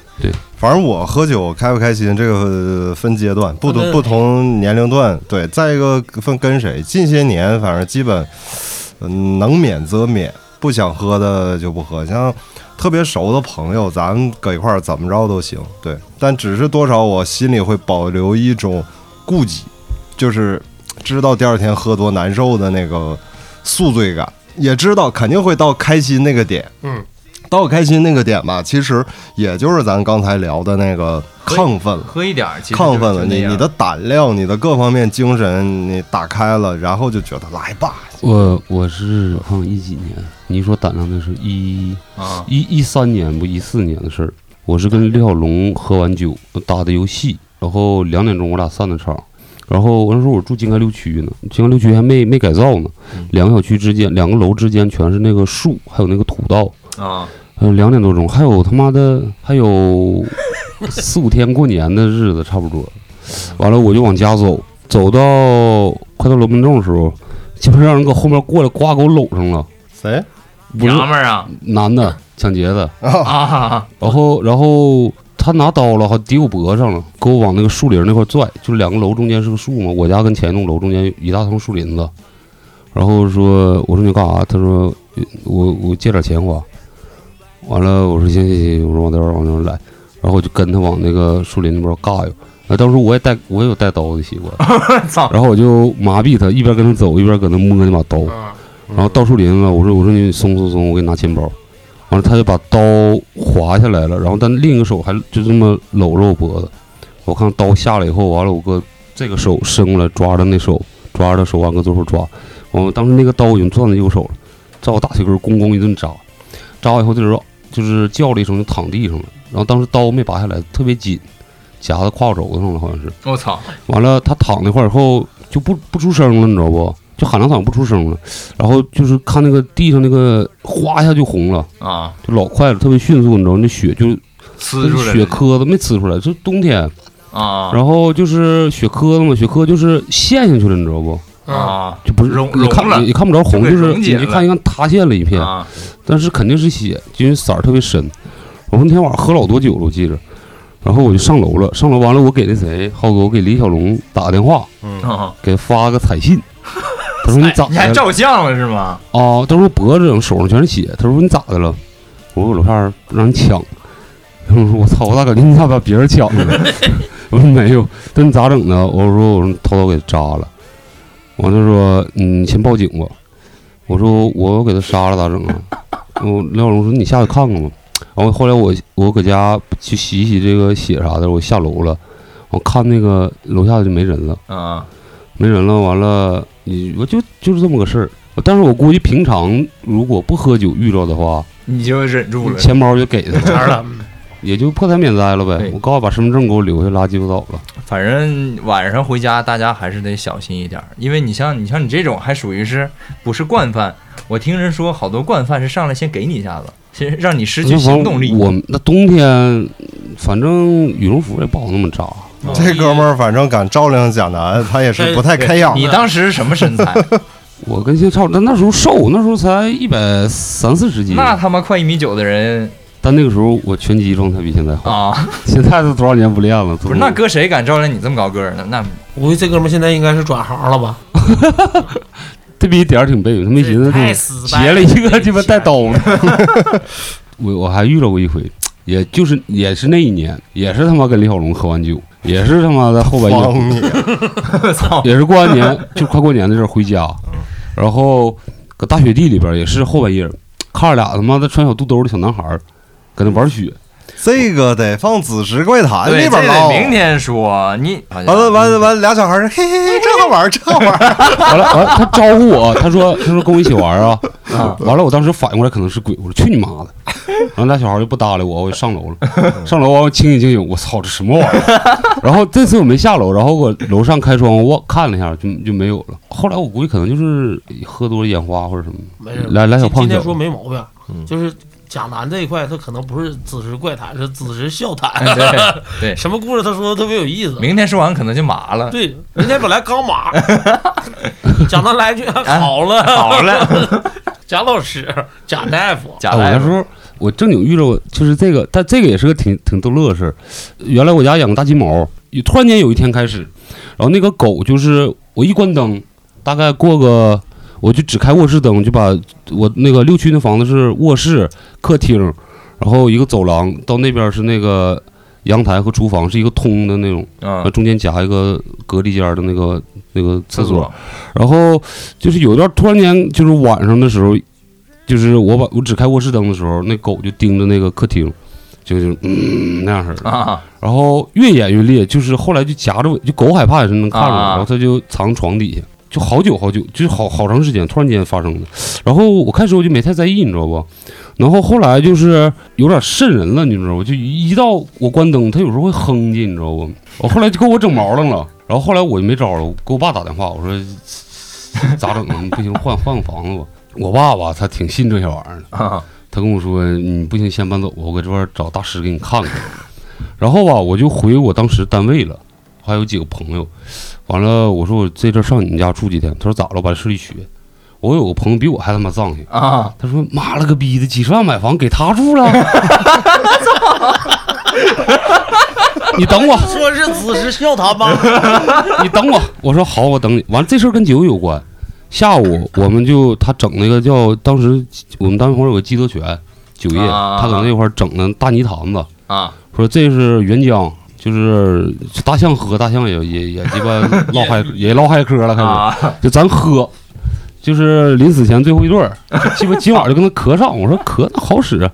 S1: 反正我喝酒开不开心，这个分阶段，不
S2: 啊对
S1: 同不同年龄段。对，再一个分跟谁。近些年反正基本，嗯，能免则免，不想喝的就不喝。像特别熟的朋友，咱们搁一块儿怎么着都行。对，但只是多少我心里会保留一种顾忌，就是知道第二天喝多难受的那个宿醉感，也知道肯定会到开心那个点。
S2: 嗯，
S1: 到开心那个点吧，其实也就是咱刚才聊的那个亢奋了。
S3: 喝一点儿，其实就
S1: 亢奋了，
S3: 就那
S1: 你
S3: 样
S1: 你的胆量、你的各方面精神，你打开了，然后就觉得来吧，
S5: 我我是好像一几年，你一说胆量那是一
S3: 啊
S5: 一一三年不一四年的事儿，我是跟李小龙喝完酒打的游戏，然后两点钟我俩散的场，然后我那时候我住金开六区呢，金开六区还没没改造呢，
S3: 嗯
S5: 两个小区之间两个楼之间全是那个树，还有那个土道，
S3: 啊
S5: 呃两点多钟，还有他妈的还有四五天过年的日子差不多，完了我就往家走，走到快到楼门洞的时候，基本让人搁后面过来，呱给我搂上了，
S1: 谁
S5: 不是
S3: 娘们儿啊
S5: 男的抢劫的。
S3: 啊
S5: 然后然后他拿刀了，还抵我脖子上了，给我往那个树林那块拽，就两个楼中间是个树嘛，我家跟前一栋楼中间一大丛树林子。然后说我说你干啥？他说呃我我借点钱花。完了我说行行行，我说往这边往这边来，然后我就跟他往那个树林那边尬悠。啊，当时我也带我也有带刀的习惯，
S3: 操！
S5: 然后我就麻痹他，一边跟他走，一边搁那摸那把刀。
S2: 啊，
S5: 然后到树林了，我说我说你松松松，我给你拿钱包。完了，他就把刀划下来了，然后但另一个手还就这么搂着我脖子。我看刀下来以后，完了我哥这个手伸过来抓着那手，抓着他手腕搁左手抓。我当时那个刀已经攥在右手了，照我大腿根儿咣咣一顿扎，扎完以后这时候就是叫了一声就躺地上了。然后当时刀没拔下来，特别紧，夹在胯骨轴上了，好像是。
S3: 我操！
S5: 完了，他躺那块儿以后就不不出声了，你知道不？就喊两嗓不出声了，然后就是看那个地上那个哗一下就红了，
S3: 啊，
S5: 就老快了，特别迅速，你知道那血就
S3: 呲出来
S5: 血
S3: 了
S5: 疴子没呲出来，就冬天，
S3: 啊
S5: 然后就是血疴子嘛，血疴就是陷下去了，你知道不？
S2: 啊，
S3: 啊
S5: 就不是
S3: 融
S5: 你看
S3: 融了
S5: 也看不着红，
S3: 就给
S5: 就是
S3: 溶
S5: 你
S3: 解
S5: 一
S3: 了
S5: 看一看塌陷了一片，
S3: 啊！
S5: 但是肯定是血，因为色儿特别深。我那天晚上喝老多酒了，我记着。然后我就上楼了，上楼完了，我给那谁，浩哥，我给李小龙打个电话，
S1: 嗯
S3: 啊
S5: 给发个彩信。他说你咋 哎
S3: 你还
S5: 的了？
S3: 照相了是吗？
S5: 啊，他说脖子上、手上全是血。他说你咋的了？我说我老汉儿让人抢。他说我操，我咋感觉你咋把别人抢了？ 我说没有，他说你咋整的？我说我说偷偷给扎了。完他说你先报警吧。我说我给他杀了咋整啊？我廖龙说你下去看看吧。然后后来我我搁家去洗一洗这个血啥的，我下楼了，我看那个楼下就没人了。
S3: 啊
S5: 没人了，完了，你我就就是这么个事儿。但是我估计平常如果不喝酒遇着的话，
S3: 你就忍住了
S5: 钱包就给他
S2: 当
S5: 了，
S2: 然了，
S5: 也就破财免灾了呗
S3: 对。
S5: 我告诉我把身份证给我留下，拉鸡巴倒了。
S3: 反正晚上回家大家还是得小心一点儿，因为你像你像你这种还属于是不是惯犯？我听人说好多惯犯是上来先给你一下子，先让你失去行动力。
S5: 我们那冬天，反正羽绒服也不好那么扎。
S2: 哦
S1: 这哥们儿反正敢照亮贾南，他也是不太开眼。
S3: 你当时是什么身材？
S5: 我跟现在差不多，但那时候瘦，那时候才一百三四十斤。
S3: 那他妈快一米九的人
S5: 但那个时候我拳击状态比现在好，
S3: 啊，
S5: 现在都多少年不练了，
S3: 不是，那搁谁敢招来你这么高个儿呢？那
S2: 我估计这哥们儿现在应该是转行了吧？
S5: 这逼点儿挺背，他没寻思
S2: 这太
S5: 这
S2: 死板
S5: 截了一个鸡巴带刀
S2: 了。
S5: 的。 我我还遇到过一回，也就是也是那一年，也是他妈跟李小龙喝完酒，也是他妈在后半夜
S1: 荒你，
S3: 我操，
S5: 也是过完年，就快过年的时候回家，然后搁大雪地里边儿也是后半夜，看着俩他妈的穿小肚兜的小男孩儿搁那玩雪，
S1: 这个得放《子时怪谈》
S3: 对，
S1: 里
S3: 这
S1: 啊边
S3: 得
S1: 唠。
S3: 明天说你。完
S1: 完了完了完了，俩小孩儿嘿嘿嘿，这好玩儿，这好玩儿。
S5: 完了完了，他招呼我，他说他说跟我一起玩啊，完了我当时反应过来可能是鬼，我说去你妈的，然后俩小孩就不搭理我，我就上楼了，上楼完我清醒清醒，我操这什么玩意儿，然后这次我没下楼，然后我楼上开窗我看了一下就就没有了，后来我估计可能就是喝多了眼花或者什么，
S2: 没事，
S5: 来来小
S2: 今
S5: 胖
S2: 今天
S5: 小
S2: 说没毛病，
S1: 嗯
S2: 就是贾南这一块，他可能不是子时怪谈，是子时笑谈。
S3: 对哎对，
S2: 什么故事他说的特别有意思。
S3: 明天说完可能就 麻了。
S2: 对，人家本来刚 马，贾南来句
S5: 哎
S2: 好了，
S3: 好了，
S2: 贾老师，贾大夫，
S3: 贾
S5: 啊，我
S3: 大
S5: 那时
S3: 夫，
S5: 候我正经遇着过，就是这个，但这个也是个挺挺逗乐的事儿。原来我家养个大金毛，突然间有一天开始，然后那个狗就是我一关灯，大概过个我就只开卧室灯，就把我那个六区那房子是卧室、客厅，然后一个走廊，到那边是那个阳台和厨房，是一个通的那种，
S3: 嗯
S5: 然后，中间夹一个隔离间儿的那个那个厕所。
S3: 所，
S5: 然后就是有一段突然间就是晚上的时候，就是我把我只开卧室灯的时候，那狗就盯着那个客厅，就就嗯那样式儿的。
S3: 啊
S5: 然后越演越烈，就是后来就夹着尾，就狗害怕也是能看着我，
S3: 啊
S5: 然后它就藏床底下，就好久好久，就是好好长时间，突然间发生的。然后我开始我就没太在意，你知道不？然后后来就是有点瘆人了，你知道不？就一到我关灯，它有时候会哼唧，你知道不？我后来就给我整毛愣了。然后后来我就没招了，我给我爸打电话，我说 咋整啊？不行，换换个房子吧。我爸爸他挺信这些玩意儿的，
S3: 啊
S5: 他跟我说你不行，先搬走吧，我搁这边找大师给你看 看。然后吧，我就回我当时单位了，还有几个朋友。完了，我说我这阵儿上你们家住几天，他说咋了？我把视力学。我有个朋友比我还他妈脏气，
S3: 啊！
S5: 他说妈了个逼的，几十万买房给他住了。 你等我，
S2: 说是子时笑谈吗？
S5: 你等我。我说好，我等你。完了，这事儿跟酒有关。下午
S3: 嗯
S5: 我们就他整那个叫当时我们单位旁边有个基德泉酒业，
S3: 啊
S5: 他搁那块儿整的大泥坛子，
S3: 啊，
S5: 说这是原浆，就是大象喝，大象也也也 鸡巴唠嗨，也唠嗨嗑了，开始。
S3: 啊，
S5: 就咱喝，就是临死前最后一顿儿，就鸡巴 今晚就跟他咳上。我说咳那好使，啊，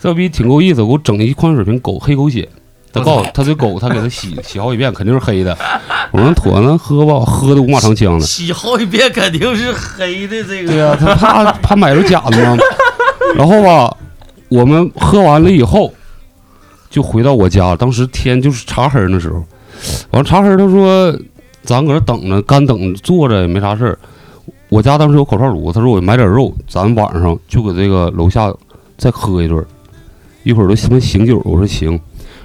S5: 这逼挺够意思，给我整一矿泉水瓶狗黑狗血。他告诉我他这狗，他给他洗洗好几遍，肯定是黑的。我说妥，那喝吧，喝的五马长枪的。
S2: 洗好几遍肯定是黑的这
S5: 对啊
S2: 个。
S5: 呀、他怕怕买着假的嘛。然后吧，我们喝完了以后，就回到我家。当时天就是茶黑儿那时候，完了茶黑儿他说咱搁这等着，干等坐着也没啥事儿。我家当时有烤串炉，他说我买点肉，咱晚上就搁这个楼下再喝一顿儿，一会儿都他妈醒酒了。我说行，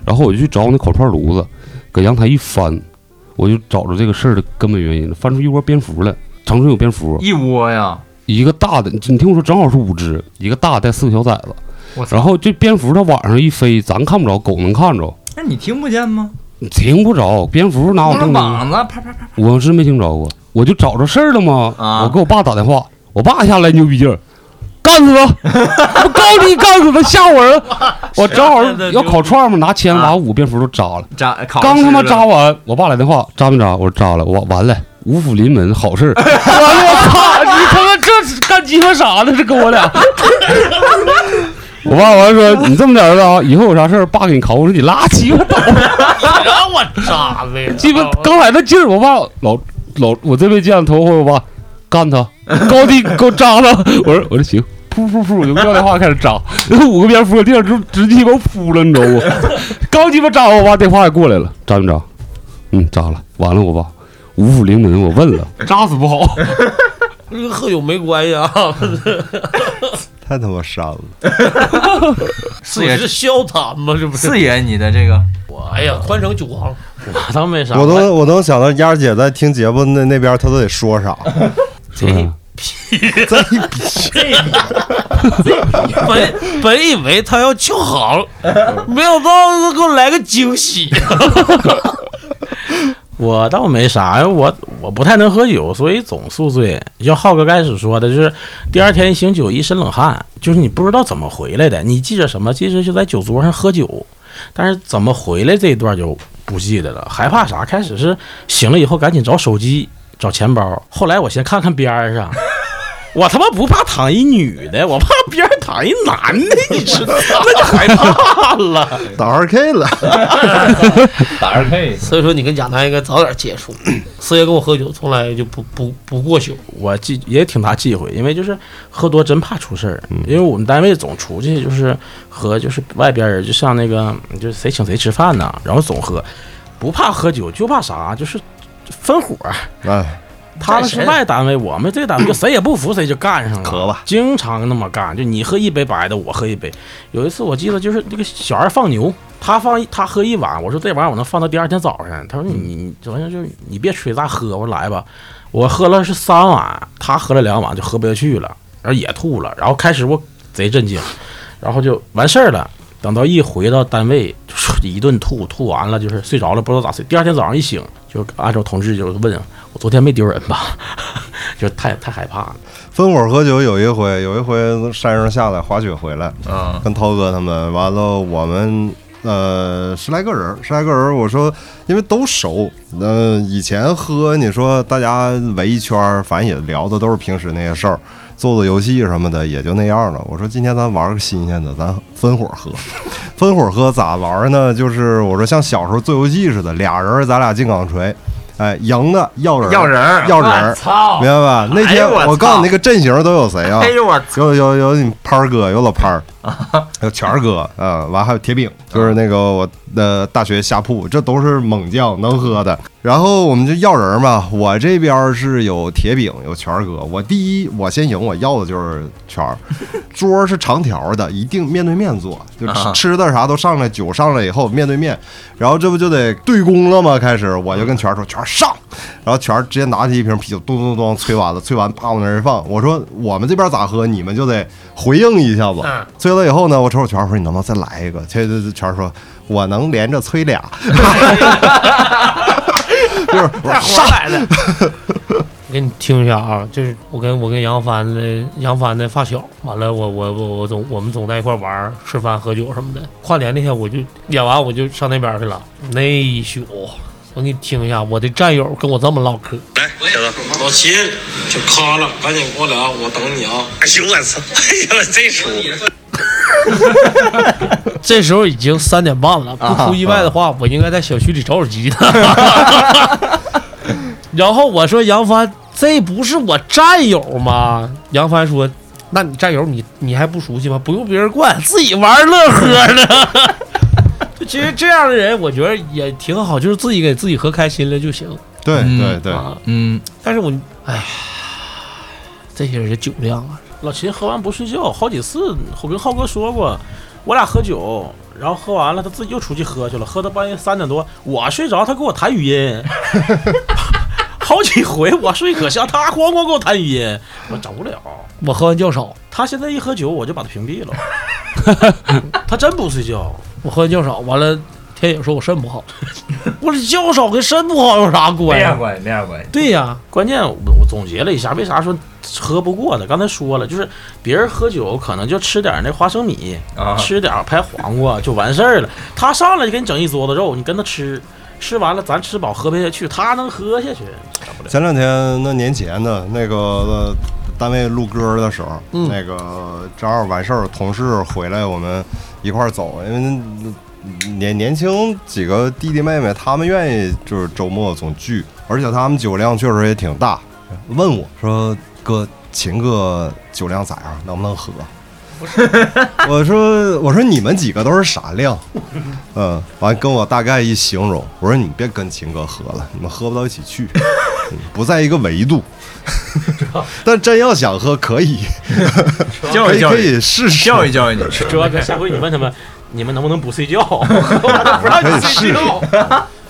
S5: 然后我就去找我那烤串炉子，搁阳台一翻，我就找着这个事儿的根本原因了，翻出一窝蝙蝠来。长春有蝙蝠，
S3: 一窝呀，
S5: 一个大的，你听我说，正好是五只，一个大带四个小崽子。
S3: 我操
S5: 然后这蝙蝠它晚上一飞，咱看不着，狗能看着，
S3: 那你听不见吗？
S5: 听不着。蝙蝠哪有
S3: 光着
S5: 正常？
S3: 膀子，啪啪啪，
S5: 我是没听着过，我就找着事儿了嘛。
S3: 啊
S5: 我给我爸打电话，我爸下来牛逼劲儿，干死他！ 我告诉你，干死他！吓我人！我正好要烤串嘛，拿签
S3: 啊
S5: 把五蝙蝠都扎了。
S3: 扎烤
S5: 刚他妈
S3: 吃
S5: 扎
S3: 了
S5: 完，我爸来电话，扎没扎？我说扎了，我完了，五福临门，好事儿。完了，我操，你他妈这干鸡巴啥呢？这跟我俩。我爸完了说：“你这么点儿的啊，以后有啥事儿，爸给你扛。”我说：“你拉鸡巴倒，
S2: 让我扎的呀，
S5: 鸡巴刚来那劲儿，我爸老老，我这辈子见他头回，我爸干他，高低给我扎 他。”我说：“我说行。”噗噗噗，我就撂电话开始扎，那 五个蝙蝠，地上直直鸡巴扑了，你知道不？刚鸡巴扎完，我爸电话也过来了，扎没扎？嗯，扎了。完了，我爸五福临门，我问了，扎死不好。
S2: 这个和有没关系 啊，
S1: 太他妈伤了！
S2: 子时笑谈吗？这不是？
S3: 四爷，你的这个
S2: 哎呀，宽城酒行，
S4: 我倒没啥。
S1: 我都我都想到丫儿姐在听节目那那边，她都得说啥？
S4: 嗯这
S1: 再一比，
S2: 本本以为他要求好，没想到给我来个惊喜。
S4: 我倒没啥，因为我我不太能喝酒，所以总宿醉。就像浩哥开始说的，就是第二天醒酒一身冷汗，就是你不知道怎么回来的。你记着什么？其实就在酒桌上喝酒，但是怎么回来这一段就不记得了。害怕啥？开始是醒了以后赶紧找手机、找钱包，后来我先看看边儿上。 我他妈不怕躺一女的，我怕边上躺一男的，你知道吗，那就害怕了。
S1: 打二 K 了，
S3: 打二 K，
S2: 所以说你跟贾南应该早点接触。四爷跟我喝酒从来就不不不过酒，
S4: 我忌也挺大忌讳，因为就是喝多真怕出事儿，因为我们单位总出去就是和就是外边人，就像那个就是谁请谁吃饭呐，然后总喝，不怕喝酒就怕啥，就是分伙儿。
S1: 哎，
S4: 他们是外单位，我们这单位就谁也不服谁就干上了，
S1: 咳吧
S4: 经常那么干，就你喝一杯白的，我喝一杯。有一次我记得就是那个小孩放牛，他放一他喝一碗，我说这玩意儿我能放到第二天早上，他说你你你这玩意儿就是你别吹，咱喝，我说来吧，我喝了是三碗，他喝了两碗就喝不下去了，然后也吐了，然后开始我贼震惊，然后就完事儿了。等到一回到单位，就是一顿吐，吐完了就是睡着了，不知道咋睡。第二天早上一醒，就按照同事就问我昨天没丢人吧， 就太太害怕了。
S1: 分伙喝酒有一回，有一回山上下来滑雪回来，
S3: 嗯，
S1: 跟涛哥他们，完了我们呃十来个人儿，十来个人儿，我说因为都熟，呃以前喝你说大家围一圈儿，反正也聊的都是平时那些事儿，做做游戏什么的也就那样了。我说今天咱玩个新鲜的，咱分伙喝，分伙喝咋玩呢？就是我说像小时候做游戏似的，俩人儿咱俩进港锤。哎，赢的要人儿，
S3: 要人儿
S1: 要人儿，
S3: 操
S1: 明白吧？那天
S3: 哎呦我
S1: 我告诉
S3: 操
S1: 你，那个阵型都有谁啊？
S3: 哎呦我操，
S1: 有有有你潘儿哥，有老潘儿，还有全儿哥啊，完还有铁饼，就是那个我的大学下铺，这都是猛将，能喝的。然后我们就要人嘛，我这边是有铁饼，有全儿哥。我第一，我先赢，我要的就是全儿。桌是长条的，一定面对面坐，就吃
S3: 啊
S1: 吃的啥都上来，酒上来以后面对面，然后这不就得对攻了吗？开始我就跟全儿说，全儿上，然后全儿直接拿起一瓶啤酒，咚咚咚吹完了，吹完啪往那儿一放，我说我们这边咋喝，你们就得回应一下子。
S2: 嗯
S1: 吹了以后呢，我瞅瞅全儿说，你能不能再来一个？全全儿说，我能连着吹俩， 就是我说上。
S2: 我给你听一下啊，就是我跟我跟杨帆的杨帆的发小，完了我我我我总我们总在一块玩儿吃饭喝酒什么的。跨年那天我就演完我就上那边去了，那一宿我给你听一下，我的战友跟我这么唠嗑，
S6: 来，小子，老秦就咔了，赶紧给我俩，我等你啊！哎呦我操！哎呀，这出
S2: 这时候已经三点半了，
S6: 啊
S2: 不出意外的话，我应该在小区里找手机的。 然后我说杨帆，这不是我战友吗？杨帆说，那你战友你你还不熟悉吗？不用别人惯，自己玩儿乐呵的。就 其实这样的人，我觉得也挺好，就是自己给自己喝开心了就行
S1: 对
S3: 嗯
S1: 对对，
S2: 啊。
S3: 嗯，
S2: 但是我，哎呀，这些人的酒量啊，
S4: 老秦喝完不睡觉，好几次我跟浩哥说过，我俩喝酒，然后喝完了他自己又出去喝去了，喝到半夜三点多，我睡着，他给我弹语音，好几回我睡可香，他咣咣给我弹语音，我整不了。
S2: 我喝完较少，
S4: 他现在一喝酒，我就把他屏蔽了。 他真不睡觉，
S2: 我喝完较少，完了天野说我肾不好， 我说较少跟肾不好有啥关
S3: 没啥
S2: 系？
S3: 关系，没啥关系，
S2: 对呀、
S4: 关键我我总结了一下，为啥说喝不过呢？刚才说了，就是别人喝酒可能就吃点那花生米，
S3: 啊
S4: 吃点拍黄瓜就完事儿了。他上来就给你整一桌子肉，你跟他吃，吃完了咱吃饱喝不下去，他能喝下去，整不了。
S1: 前两天那年前的那个、呃单位录歌的时候，
S2: 嗯
S1: 那个正好完事儿，同事回来，我们一块儿走，因为那年年轻几个弟弟妹妹，他们愿意就是周末总聚，而且他们酒量确实也挺大。问我说：“哥，秦哥酒量咋样？能不能喝？”我说：“我说你们几个都是啥量？”嗯，完跟我大概一形容，我说：“你别跟秦哥喝了，你们喝不到一起去。”不在一个维度。但真要想喝，可以，
S3: 教
S1: 可
S3: 育
S1: 以，
S3: 教
S1: 可
S3: 育，
S1: 以试试，
S3: 教育教育你，
S4: 这个下回你问他们， 你们能不能不睡觉？我他妈不让你睡觉。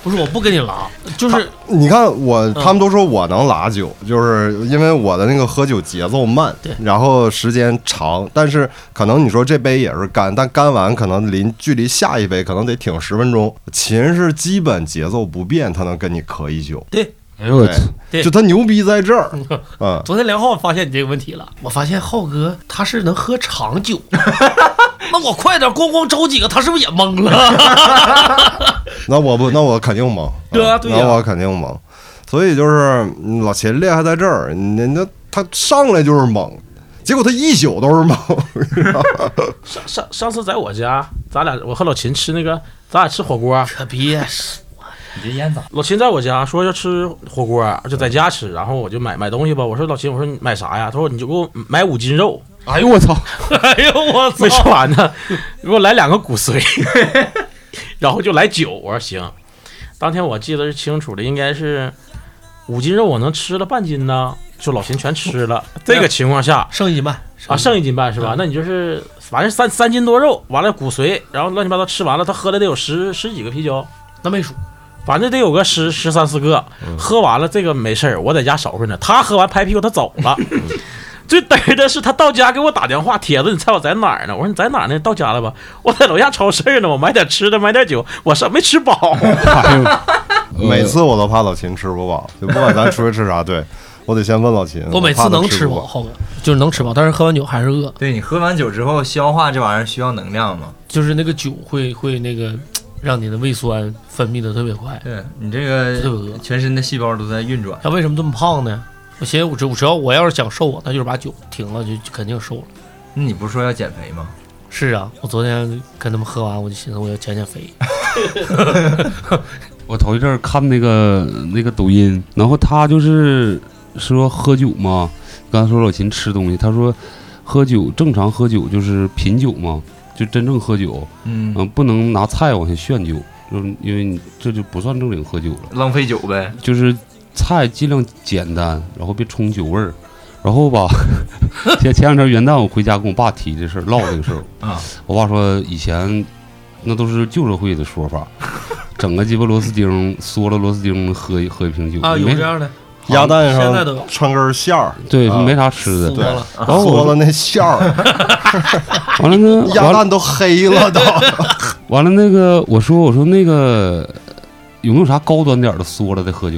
S2: 不是我不跟你拉，就是
S1: 你看我，他们都说我能拉酒，就是因为我的那个喝酒节奏慢，
S2: 对
S1: 然后时间长，但是可能你说这杯也是干，但干完可能临距离下一杯可能得挺十分钟。琴是基本节奏不变，他能跟你咳一宿，
S2: 对。
S5: 哎呦我去，
S2: 对
S1: 就他牛逼在这儿，嗯，
S2: 昨天梁浩发现你这个问题了，我发现浩哥他是能喝长酒， 那我快点咣咣找几个，他是不是也懵了？
S1: 那我不，那我肯定懵，
S2: 对啊
S1: 嗯
S2: 对呀
S1: 那我肯定懵。所以就是嗯老秦厉害在这儿，那那他上来就是猛，结果他一宿都是猛，
S4: 上上上次在我家，咱俩我和老秦吃那个，咱俩吃火锅，
S2: 可别是，
S3: 你这烟咋？
S4: 老秦在我家说要吃火锅，就在家吃，然后我就买买东西吧。我说老秦，我说你买啥呀？他说你就给我买五斤肉，
S5: 哎呦我操，
S2: 哎呦我操
S4: 没！吃完呢，给我来两个骨髓， 然后就来酒。我说行，当天我记得是清楚的，应该是五斤肉，我能吃了半斤呢，就老秦全吃了。这个情况下
S2: 剩一斤半
S4: 啊，剩一斤半是吧？那你就是反正三三斤多肉，完了骨髓，然后乱七八糟吃完了，他喝了得有十十几个啤酒。
S2: 那没数，
S4: 反正得有个十十三四个，
S2: 嗯
S4: 喝完了这个没事儿，我在家收拾呢。他喝完拍屁股他走了，
S2: 嗯
S4: 最嘚儿的是他到家给我打电话，铁子，你猜我在哪儿呢？我说你在哪儿呢？到家了吧？我在楼下超市呢，我买点吃的，买点酒，我上没吃 饱。
S5: 哎呦
S1: 每次我都怕老秦吃不饱，就不管咱出去吃啥，对嗯我得先问老秦。
S2: 我每
S1: 怕
S2: 次
S1: 他
S2: 能
S1: 吃
S2: 吃
S1: 不
S2: 饱，。浩哥就是能吃饱，但是喝完酒还是饿，
S3: 对你喝完酒之后消化这玩意儿需要能量嘛？
S2: 就是那个酒会会那个让你的胃酸分泌的特别快。
S3: 对你这
S2: 特别饿
S3: 个全身的细胞都在运转。
S2: 他为什么这么胖呢？我寻思我只只要我要是想瘦啊，那就是把酒停了，就就肯定瘦了。
S3: 那你不是说要减肥吗？
S2: 是啊，我昨天跟他们喝完，我就寻思我要减减肥。
S5: 我头一阵儿看那个那个抖音，然后他就是说喝酒嘛，刚才说老秦吃东西，他说喝酒正常喝酒就是品酒嘛，就真正喝酒，嗯、
S3: 嗯，
S5: 不能拿菜往下炫酒，就是因为你这就不算正经喝酒了。
S3: 浪费酒呗。
S5: 就是菜尽量简单，然后别冲酒味儿。然后吧， 前前两天元旦我回家跟我爸提这事儿，唠这个事儿
S3: 啊，
S5: 我爸说以前那都是旧社会的说法， 整个鸡巴螺丝钉缩了螺丝钉喝一喝一瓶酒
S2: 啊，有
S5: 没
S2: 这样的，
S1: 鸭蛋
S2: 现在都有哦
S1: 上穿根馅儿，
S5: 对
S1: 啊
S5: 没啥吃的
S2: 缩，了，
S5: 然后
S1: 缩
S5: 我
S1: 了那馅 儿，
S5: 完了呢，
S1: 鸭
S5: 完了
S1: 蛋都黑了 都。
S5: 完了那个我说我说那个有没有啥高端点儿的缩了的喝酒？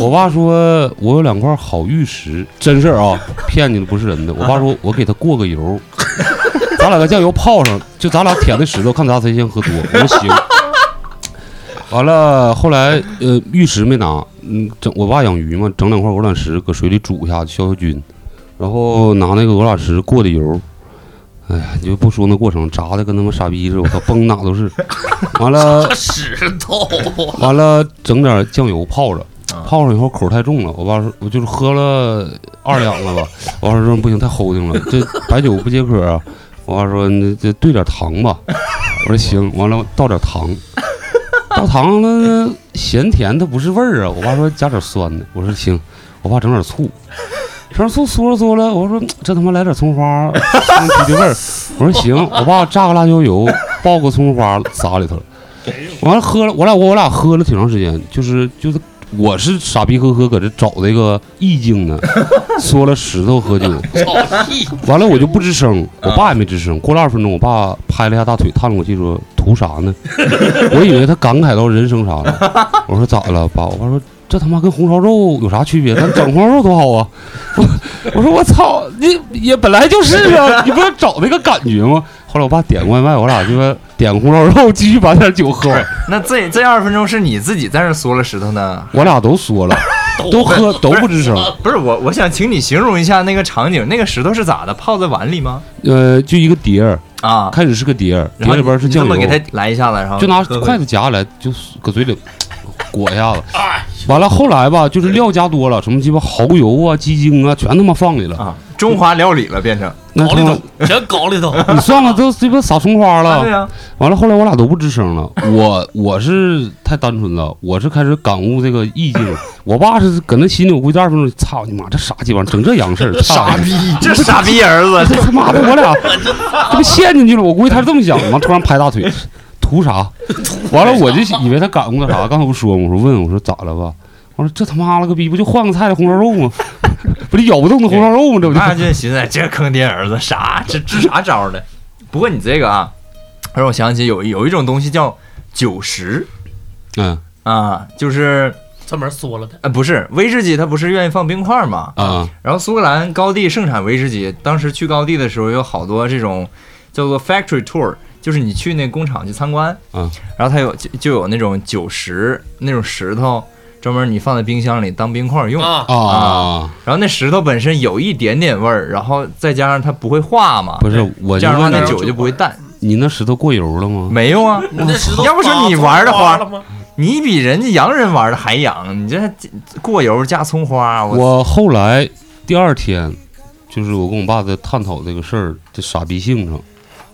S5: 我爸说，我有两块好玉石，真事儿啊，骗你的不是人的。我爸说，我给他过个油，咱俩搁酱油泡上，就咱俩舔的石头，看咱俩谁先喝多。我说行。完了，后来呃，玉石没拿，嗯，整我爸养鱼嘛，整两块鹅卵石搁水里煮一下消消菌，然后拿那个鹅卵石过的油，哎呀，你就不说那过程，炸的跟他妈傻逼似的，我靠，崩哪 都是。完了，
S2: 石头，啊
S5: 完了，整点酱油泡着
S3: 啊，
S5: 泡上以后口太重了。我爸说，我就是喝了二两了吧。我爸说不行，太齁挺了，这白酒不解渴啊。我爸说，那这兑点糖吧。我说行，完了倒点糖，倒糖了咸甜它不是味儿啊。我爸说加点酸的，我说行，我爸整点醋。整点醋嗦了嗦了，我说这他妈来点葱花，嗯啤酒味儿。我说行，我爸炸个辣椒油，爆个葱花撒里头了。完了喝了，我俩我俩喝了挺长时间，就是就是我是傻逼呵呵搁这找这个意境呢，说了石头喝酒，
S2: 操屁！
S5: 完了我就不吱声，我爸也没吱声。过了二十分钟，我爸拍了一下大腿，叹了口气说：“图啥呢？” 我以为他感慨到人生啥了。我说咋了，爸？我爸说这他妈跟红烧肉有啥区别？咱整红烧肉多好啊！我我说我操，你也本来就是啊，你不是找那个感觉吗？后来我爸点个外卖，我俩就点个红烧肉，继续把点酒喝完。
S3: 那这这二十分钟是你自己在那儿缩了石头呢？
S5: 我俩都 说了，都喝都不吱声。
S3: 不是我，我想请你形容一下那个场景，那个石头是咋的？泡在碗里吗？
S5: 呃，就一个碟儿，
S3: 啊，
S5: 开始是个碟儿，
S3: 然
S5: 碟
S3: 后
S5: 里边是
S3: 你这
S5: 酱
S3: 么
S5: 油，
S3: 给它来一下子，然后
S5: 就拿
S3: 喝
S5: 筷子夹来，就搁嘴里裹一下子。
S3: 哎
S5: 完了后来吧，就是料加多了，什么鸡巴蚝油啊、鸡精啊，全他妈放里了。
S3: 啊，中华料理了变成
S5: 那
S2: 搞
S5: 他
S2: 里
S5: 妈
S2: 头， 全搞里头。
S5: 你算了，都鸡巴撒葱花 了。
S3: 啊对哎呀，
S5: 完了，后来我俩都不吱声了。我我是太单纯了，我是开始感悟这个 意境。我爸是搁那心里，我估计二十分钟，操你妈，这傻鸡巴，整这洋事 儿，操
S1: 傻逼！
S3: 这傻逼儿子，
S5: 这他妈的，我俩这不陷进去了。我估计他是这么想的，完突然拍大腿，图啥？完了我就以为他感悟到啥，刚才不说吗？我说问我说咋了吧？我说这他妈了个逼，不就换个菜的红烧肉吗？ 不是咬不动的红烧肉吗？这不就
S3: 那就寻思这坑爹儿子啥这支啥招的？不过你这个啊，让我想起有有一种东西叫酒食
S5: 嗯
S3: 啊，就是
S2: 专门缩了的。
S3: 呃不是威士忌，它不是愿意放冰块吗？
S5: 啊
S3: 然后苏格兰高地盛产威士忌，当时去高地的时候有好多这种叫做 factory tour，就是你去那工厂去参观，
S5: 嗯，
S3: 然后它有就就有那种酒石那种石头，专门你放在冰箱里当冰块用，
S2: 啊，
S5: 啊！
S3: 然后那石头本身有一点点味儿，然后再加上它不会化嘛，
S5: 不是我
S3: 这
S5: 就
S3: 样的话
S5: 问
S3: 那
S5: 你，
S3: 酒就不会淡。
S5: 你那石头过油了吗？
S3: 没有啊，
S2: 你那石头
S3: 要不是你玩的
S2: 花
S3: 花
S2: 了吗？
S3: 你比人家洋人玩的还洋，你这过油加葱花，我
S5: 我后来第二天，就是我跟我爸在探讨这个事儿，这傻逼性上，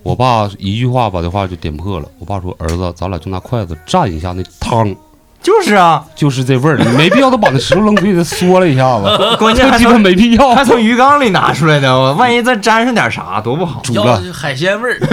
S5: 我爸一句话把这话就点破了。我爸说：“儿子，咱俩就拿筷子蘸一下那汤，
S3: 就是啊，
S5: 就是这 味儿，你没必要都把那石头扔出去，再嗦了一下子，
S3: 关键
S5: 这
S3: 还
S5: 鸡巴
S3: 从
S5: 没必 要。
S3: 还从鱼缸里拿出来的，我万一再沾上点啥多不好。
S5: 煮
S2: 要
S5: 了
S2: 的是海鲜味儿，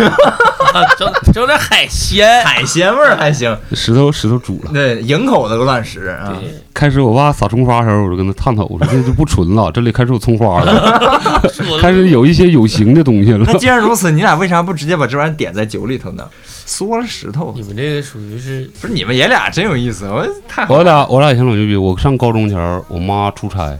S2: 啊整整点海鲜。
S3: 海鲜味儿还行，
S5: 石头，石头煮了。
S3: 对，营口的乱石
S2: 哎
S3: 啊，
S5: 开始我爸撒葱花的时候，我就跟他探讨，我说这就不纯了，这里开始有葱 花了，
S2: 说
S5: 开始有一些有形的东西了
S3: 那。既然如此，你俩为啥不直接把这玩意儿点在酒里头呢？缩了石头，
S2: 你们这个属于是
S3: 不是你们爷俩真有意思，我太好
S5: 我俩我俩以前老牛逼，我上高中前儿，我妈出差，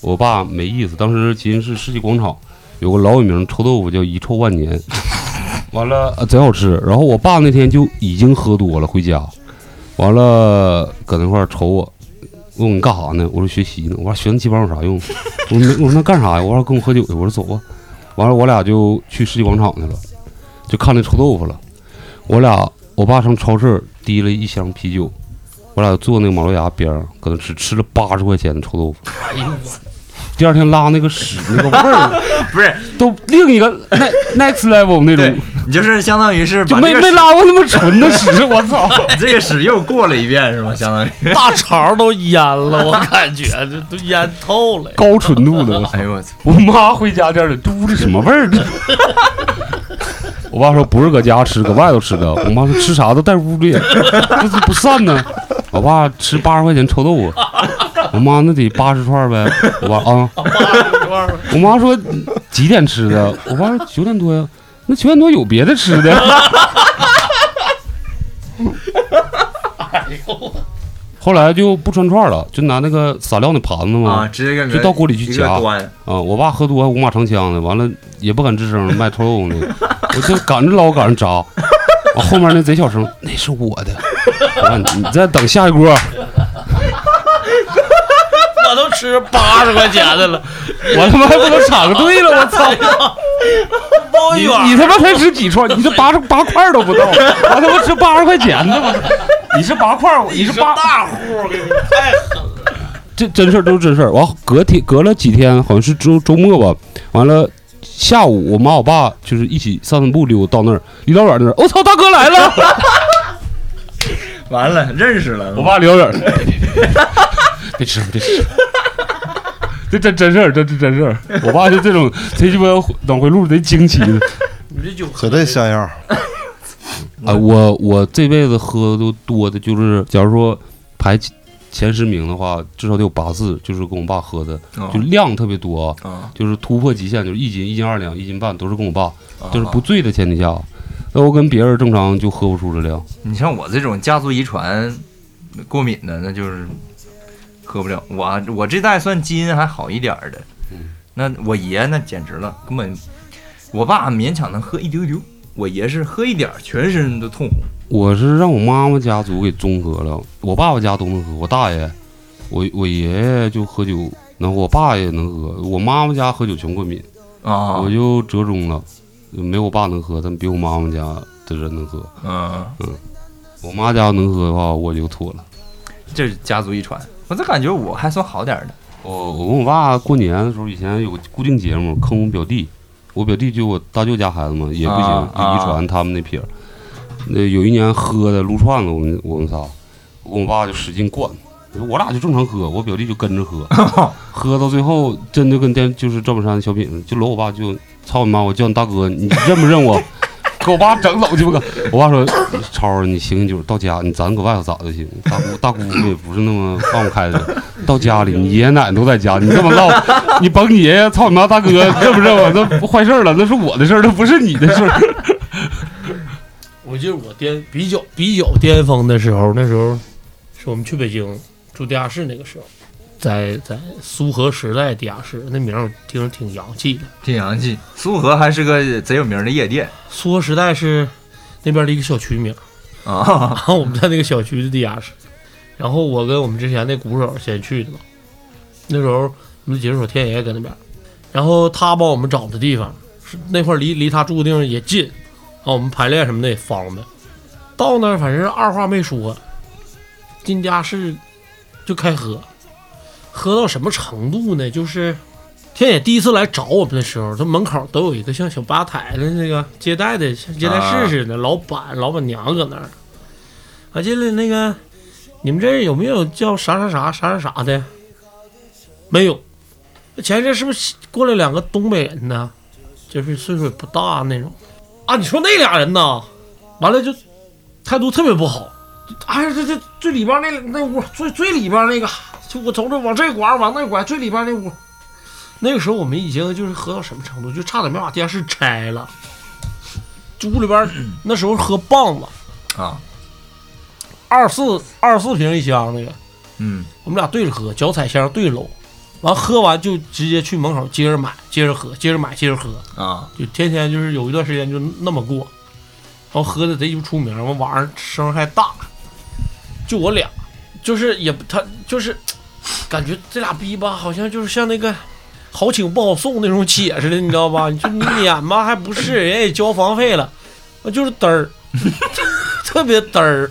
S5: 我爸没意思。当时吉林市世纪广场有个老有名臭豆腐叫一臭万年， 完了呃贼好吃。然后我爸那天就已经喝多了回家，完了搁那块儿瞅我，问我你干啥呢？我说学习呢。我说学那鸡巴有啥用？ 我说没，我说那干啥呀？我说跟我喝酒去。我说走吧。完了我俩就去世纪广场去了，就看那臭豆腐了。我俩我爸上超市提了一箱啤酒。我俩坐那个马路牙边儿，搁那吃吃了八十块钱的臭豆腐。
S2: 哎呦我
S5: 第二天拉那个屎那个味儿，
S3: 不是
S5: 都另一个 ne- next level 那
S3: 对
S5: 种，
S3: 你就是相当于是
S5: 就
S3: 把
S5: 没
S3: 这
S5: 没
S3: 个
S5: 拉过那么纯的屎，我操！
S3: 屎 这个屎又过了一遍是吗？相 当于，
S2: 大肠都淹了，我感觉这都淹透了。
S5: 高纯度的，
S3: 哎呦我操，
S5: 我妈回家这里 嘟的什么味儿？我爸说不是搁家吃，搁外头吃的。我妈说吃啥都带屋里， 这是不散呢。我爸吃八十块钱臭豆腐，我妈那得八十串呗。我爸啊，我妈说几点吃的？我爸说九点多呀。那九点多有别的吃的？后来就不穿串了，就拿那个撒料那盘子嘛，
S3: 啊，直接给你
S5: 嗯就到锅里去
S3: 一个
S5: 夹
S3: 端，
S5: 啊，我爸喝多还五马长枪的，完了也不敢吱声，卖臭豆腐呢，我就赶着捞，赶着扎。完后面那贼小声，那是我的。我说你再等下一锅，
S2: 我都吃八十块钱的了，哎
S5: 我他妈还不能插个队了，我操！
S2: 包
S5: 你
S2: 远
S5: 你他妈才吃几串？你这八十八块都不到，我他妈吃八十块钱的，我操！你是八块，我你是八，
S2: 大户儿给你太狠了。
S5: 这真事儿都是真事儿。完隔天隔了几天，好像是周周末吧，完了。下午，我妈我爸就是一起散散步溜到那儿，离老远那儿，我、操，大哥来了！
S3: 完了认识了，
S5: 我爸聊远，别别别 别吃别吃， 这真真事儿，这这真事儿。我爸就这种贼鸡巴脑回路贼惊奇的。
S2: 你这酒
S1: 绝对像样儿。
S5: 啊，我我这辈子喝都多的就是，假如说排前前十名的话，至少得有八次，就是跟我爸喝的，
S3: 嗯
S5: 就量特别多啊，
S3: 啊
S5: 就是突破极限，就是一斤、一斤二两、一斤半，都是跟我爸，
S3: 啊
S5: 就是不醉的前提下。那我跟别人正常就喝不出这量，
S3: 你像我这种家族遗传过敏的，那就是喝不了。我我这代算基因还好一点儿的，那我爷那简直了，根本我爸勉强能喝一丢丢，我爷是喝一点儿全身都通红。
S5: 我是让我妈妈家族给综合了，我爸爸家都能喝，我大爷，我我爷爷就喝酒，然后我爸也能喝，我妈妈家喝酒全过敏，
S3: 啊
S5: 我就折中了，没我爸能喝，但比我妈妈家的人能喝。
S3: 嗯，
S5: 我妈家能喝的话，我就妥了。
S3: 这是家族遗传。我咋感觉我还算好点儿的？
S5: 我呃我跟我爸过年的时候，以前有个固定节目坑我表弟，我表弟就我大舅家孩子嘛，也不行，
S3: 啊
S5: 就遗传他们那撇儿。那有一年喝的撸串子，我们我们仨，我跟我爸就使劲灌，我俩就正常喝，我表弟就跟 着喝，喝到最后真的跟电就是赵本山小品，就搂我爸就操你妈，我叫你大哥，你认不认我？ 给我爸整走鸡巴个。我爸说：“超儿，你醒醒酒，到家你咱搁外头咋就行？大姑大姑父也不是那么放不开的，到家里你爷爷奶奶都在家，你这么唠， 你甭你爷爷操你妈大哥， 认不认我？那不坏事儿了，那是我的事儿，那不是你的事儿。
S2: 我记得我巅比较比较巅峰的时候，那时候是我们去北京住地下室那个时候，在在苏荷时代地下室，那名儿听着挺洋气的。
S3: 挺洋气。苏荷还是个贼有名的夜店
S2: 苏荷时代是那边的一个小区名，
S3: 啊
S2: 然， 后我们在那个小区的地下室，然后我跟我们之前那鼓手先去的嘛，那时候我们解手天爷搁那边，然后他帮我们找的地方是那块儿离离他住的地方也近，然啊后我们排练什么的也方便。到那儿反正是二话没说，进家室就开喝，喝到什么程度呢？就是天野第一次来找我们的时候，他门口都有一个像小吧台的那个接待的像接待室似的，老板老板娘搁那儿。啊，进来那个，你们这儿有没有叫啥啥啥啥啥啥的？没有。那前一阵是不是过来两个东北人呢？就是岁数也不大那种。啊，你说那俩人呐，完了就态度特别不好。哎呀，这这最里边那那屋，最最里边那个，就我瞅瞅往这拐，往那拐，最里边那屋。那个时候我们已经就是喝到什么程度，就差点没把电视拆了。就屋里 边那时候喝棒子
S3: 啊，
S2: 二四二四瓶一箱那个，
S3: 嗯，
S2: 我们俩对着喝，脚踩箱对着搂，完喝完就直接去门口接着买，接着喝，接着买，接着喝，
S3: 啊，
S2: 就天天就是有一段时间就那么过，然后喝的贼鸡巴出名，完晚上声儿还大，就我俩，就是也不他就是感觉这俩逼吧，好像就是像那个好请不好送那种姐似的，你知道 吧？你就你撵吧，还不是人家也交房费了，就是嘚 儿，特别嘚儿。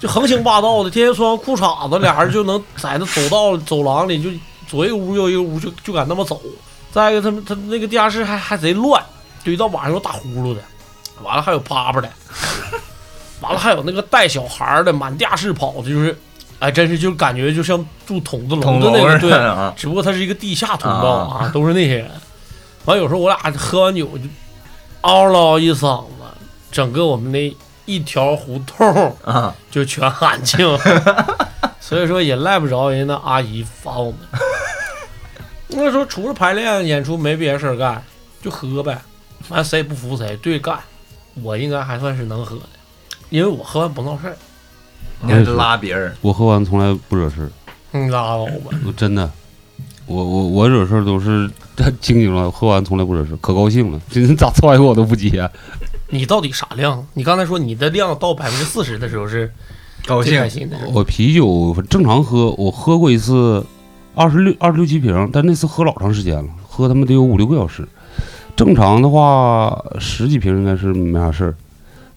S2: 就横行霸道的，天天穿个裤衩 子，俩人就能在那走道走廊里就左一个屋右一个屋就就敢那么走。再一个，他们他们那个地下室还还贼乱，就一到晚上有打呼噜的，完了还有啪啪的，完了还有那个带小孩儿的满地下室跑的，就是，哎，真是就感觉就像住筒子
S3: 捅
S2: 笼子
S3: 娄
S2: 那个，
S3: 似
S2: 对，
S3: 的啊，
S2: 只不过它是一个地下通道啊，都是那些人。完，有时候我俩喝完酒就嗷唠一嗓子，整个我们那一条胡同
S3: 啊
S2: 就全安静了， 所以说也赖不着人家那阿姨罚我们。 那时候除了排练演出没别的事儿干，就喝呗，完谁不服谁对干。我应该还算是能喝的，因为我喝完不闹事儿。
S3: 你还拉别人，
S5: 我喝完从来不惹事儿，
S2: 你拉倒吧，
S5: 我真的，我我我惹事儿都是 清醒了，喝完从来不惹事儿，可高兴了。今天咋踹我我都不啊接。
S2: 你到底啥量？你刚才说你的量到百分之四十的时候是
S3: 高
S2: 最
S3: 兴
S2: 开心的时候，
S5: 我啤酒正常喝，我喝过一次，二十六二十六七瓶，但那次喝老长时间了，喝他妈得有五六个小时。正常的话，十几瓶应该是没啥事儿。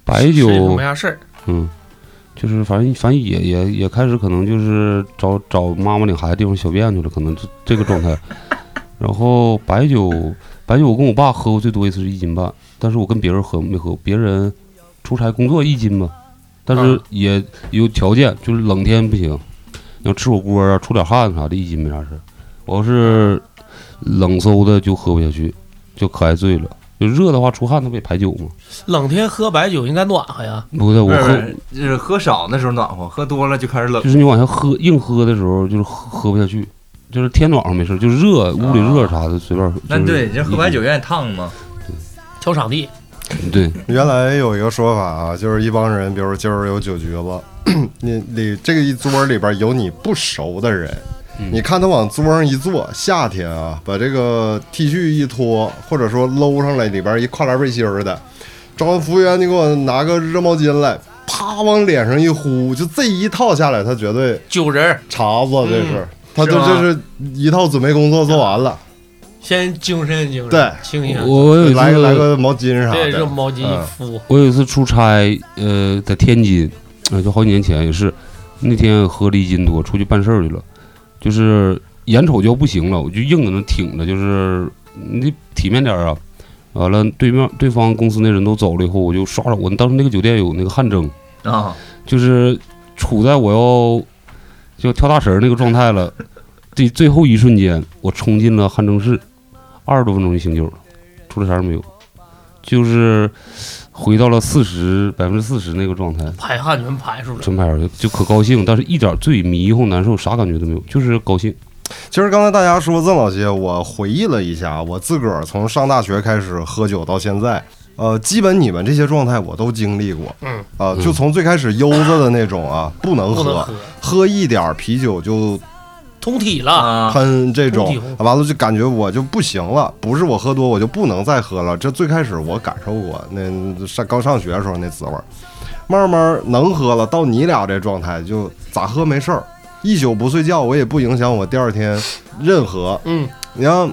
S5: 白
S2: 是一种
S5: 酒
S2: 没，啥事儿。
S5: 嗯，就是反正反正也也也开始可能就是找找妈妈领孩子地方小便去了，可能这这个状态。 然后白酒，白酒我跟我爸喝过最多一次是一斤半，但是我跟别人喝没喝过，别人出差工作一斤吧，但是
S2: 啊
S5: 也有条件，就是冷天不行，你要吃火锅啊出点汗啥的，一斤没啥事儿。我要是冷搜的就喝不下去，就可爱醉了。就热的话出汗，它不也排酒吗？
S2: 冷天喝白酒应该暖和呀。
S5: 不对，我
S3: 不是
S5: 喝
S3: 不是就是喝少的时候暖和，喝多了就开始冷
S5: 就是你往下喝硬喝的时候，就是喝喝不下去，就是天暖和没事，就热屋里热啥的随便。
S3: 啊那
S5: 就是
S3: 对，这喝白酒愿意烫吗？
S2: 挑场地，
S5: 对，
S1: 原来有一个说法啊，就是一帮人，比如今儿有酒局了， 你里这个一桌里边有你不熟的人，你看他往桌上一坐，夏天啊，把这个 T 恤一脱，或者说搂上来里边一跨栏背心儿的，招呼服务员，你给我拿个热毛巾来，啪往脸上一呼，就这一套下来，他绝对
S2: 九人儿
S1: 碴子，这是。他
S3: 是
S1: 就
S3: 吗
S1: 这是一套准备工作做完了，
S2: 先精神精神，
S1: 对
S2: 清醒。
S5: 我我有一
S1: 来个来
S5: 次，
S1: 个毛巾啥
S2: 对，
S1: 的嗯
S2: 热，毛巾一敷，
S5: 我有一次出差，呃，在天津，呃，就好几年前也是，那天喝了一斤多，出去办事儿去了，就是眼瞅就要不行了，我就硬搁那挺着，就是你得体面点儿啊。完了，对面对方公司那人都走了以后，我就刷刷。我当时那个酒店有那个汗蒸，
S3: 啊，
S5: 就是处在我要就跳大神儿那个状态了，这最后一瞬间，我冲进了汗蒸室，二十多分钟就醒酒了，出了啥事儿没有。就是回到了四十百分之四十那个状态，
S2: 排汗全排出来了。
S5: 纯排出来就可高兴，但是一点醉、迷糊、难受，啥感觉都没有，就是高兴。
S1: 其实刚才大家说这么些，我回忆了一下，我自个儿从上大学开始喝酒到现在，呃，基本你们这些状态我都经历过。
S2: 嗯，
S1: 啊，就从最开始悠着的那种啊，不能
S2: 不能
S1: 喝
S2: 喝，，
S1: 喝一点儿啤酒就
S2: 通体了。
S3: 啊，
S1: 喷这种
S2: 通体红，
S1: 完了就感觉我就不行了，不是我喝多，我就不能再喝了。这最开始我感受过，那上刚上学的时候那滋味儿，慢慢能喝了，到你俩这状态就咋喝没事儿，一宿不睡觉我也不影响我第二天任何。
S2: 嗯，
S1: 你像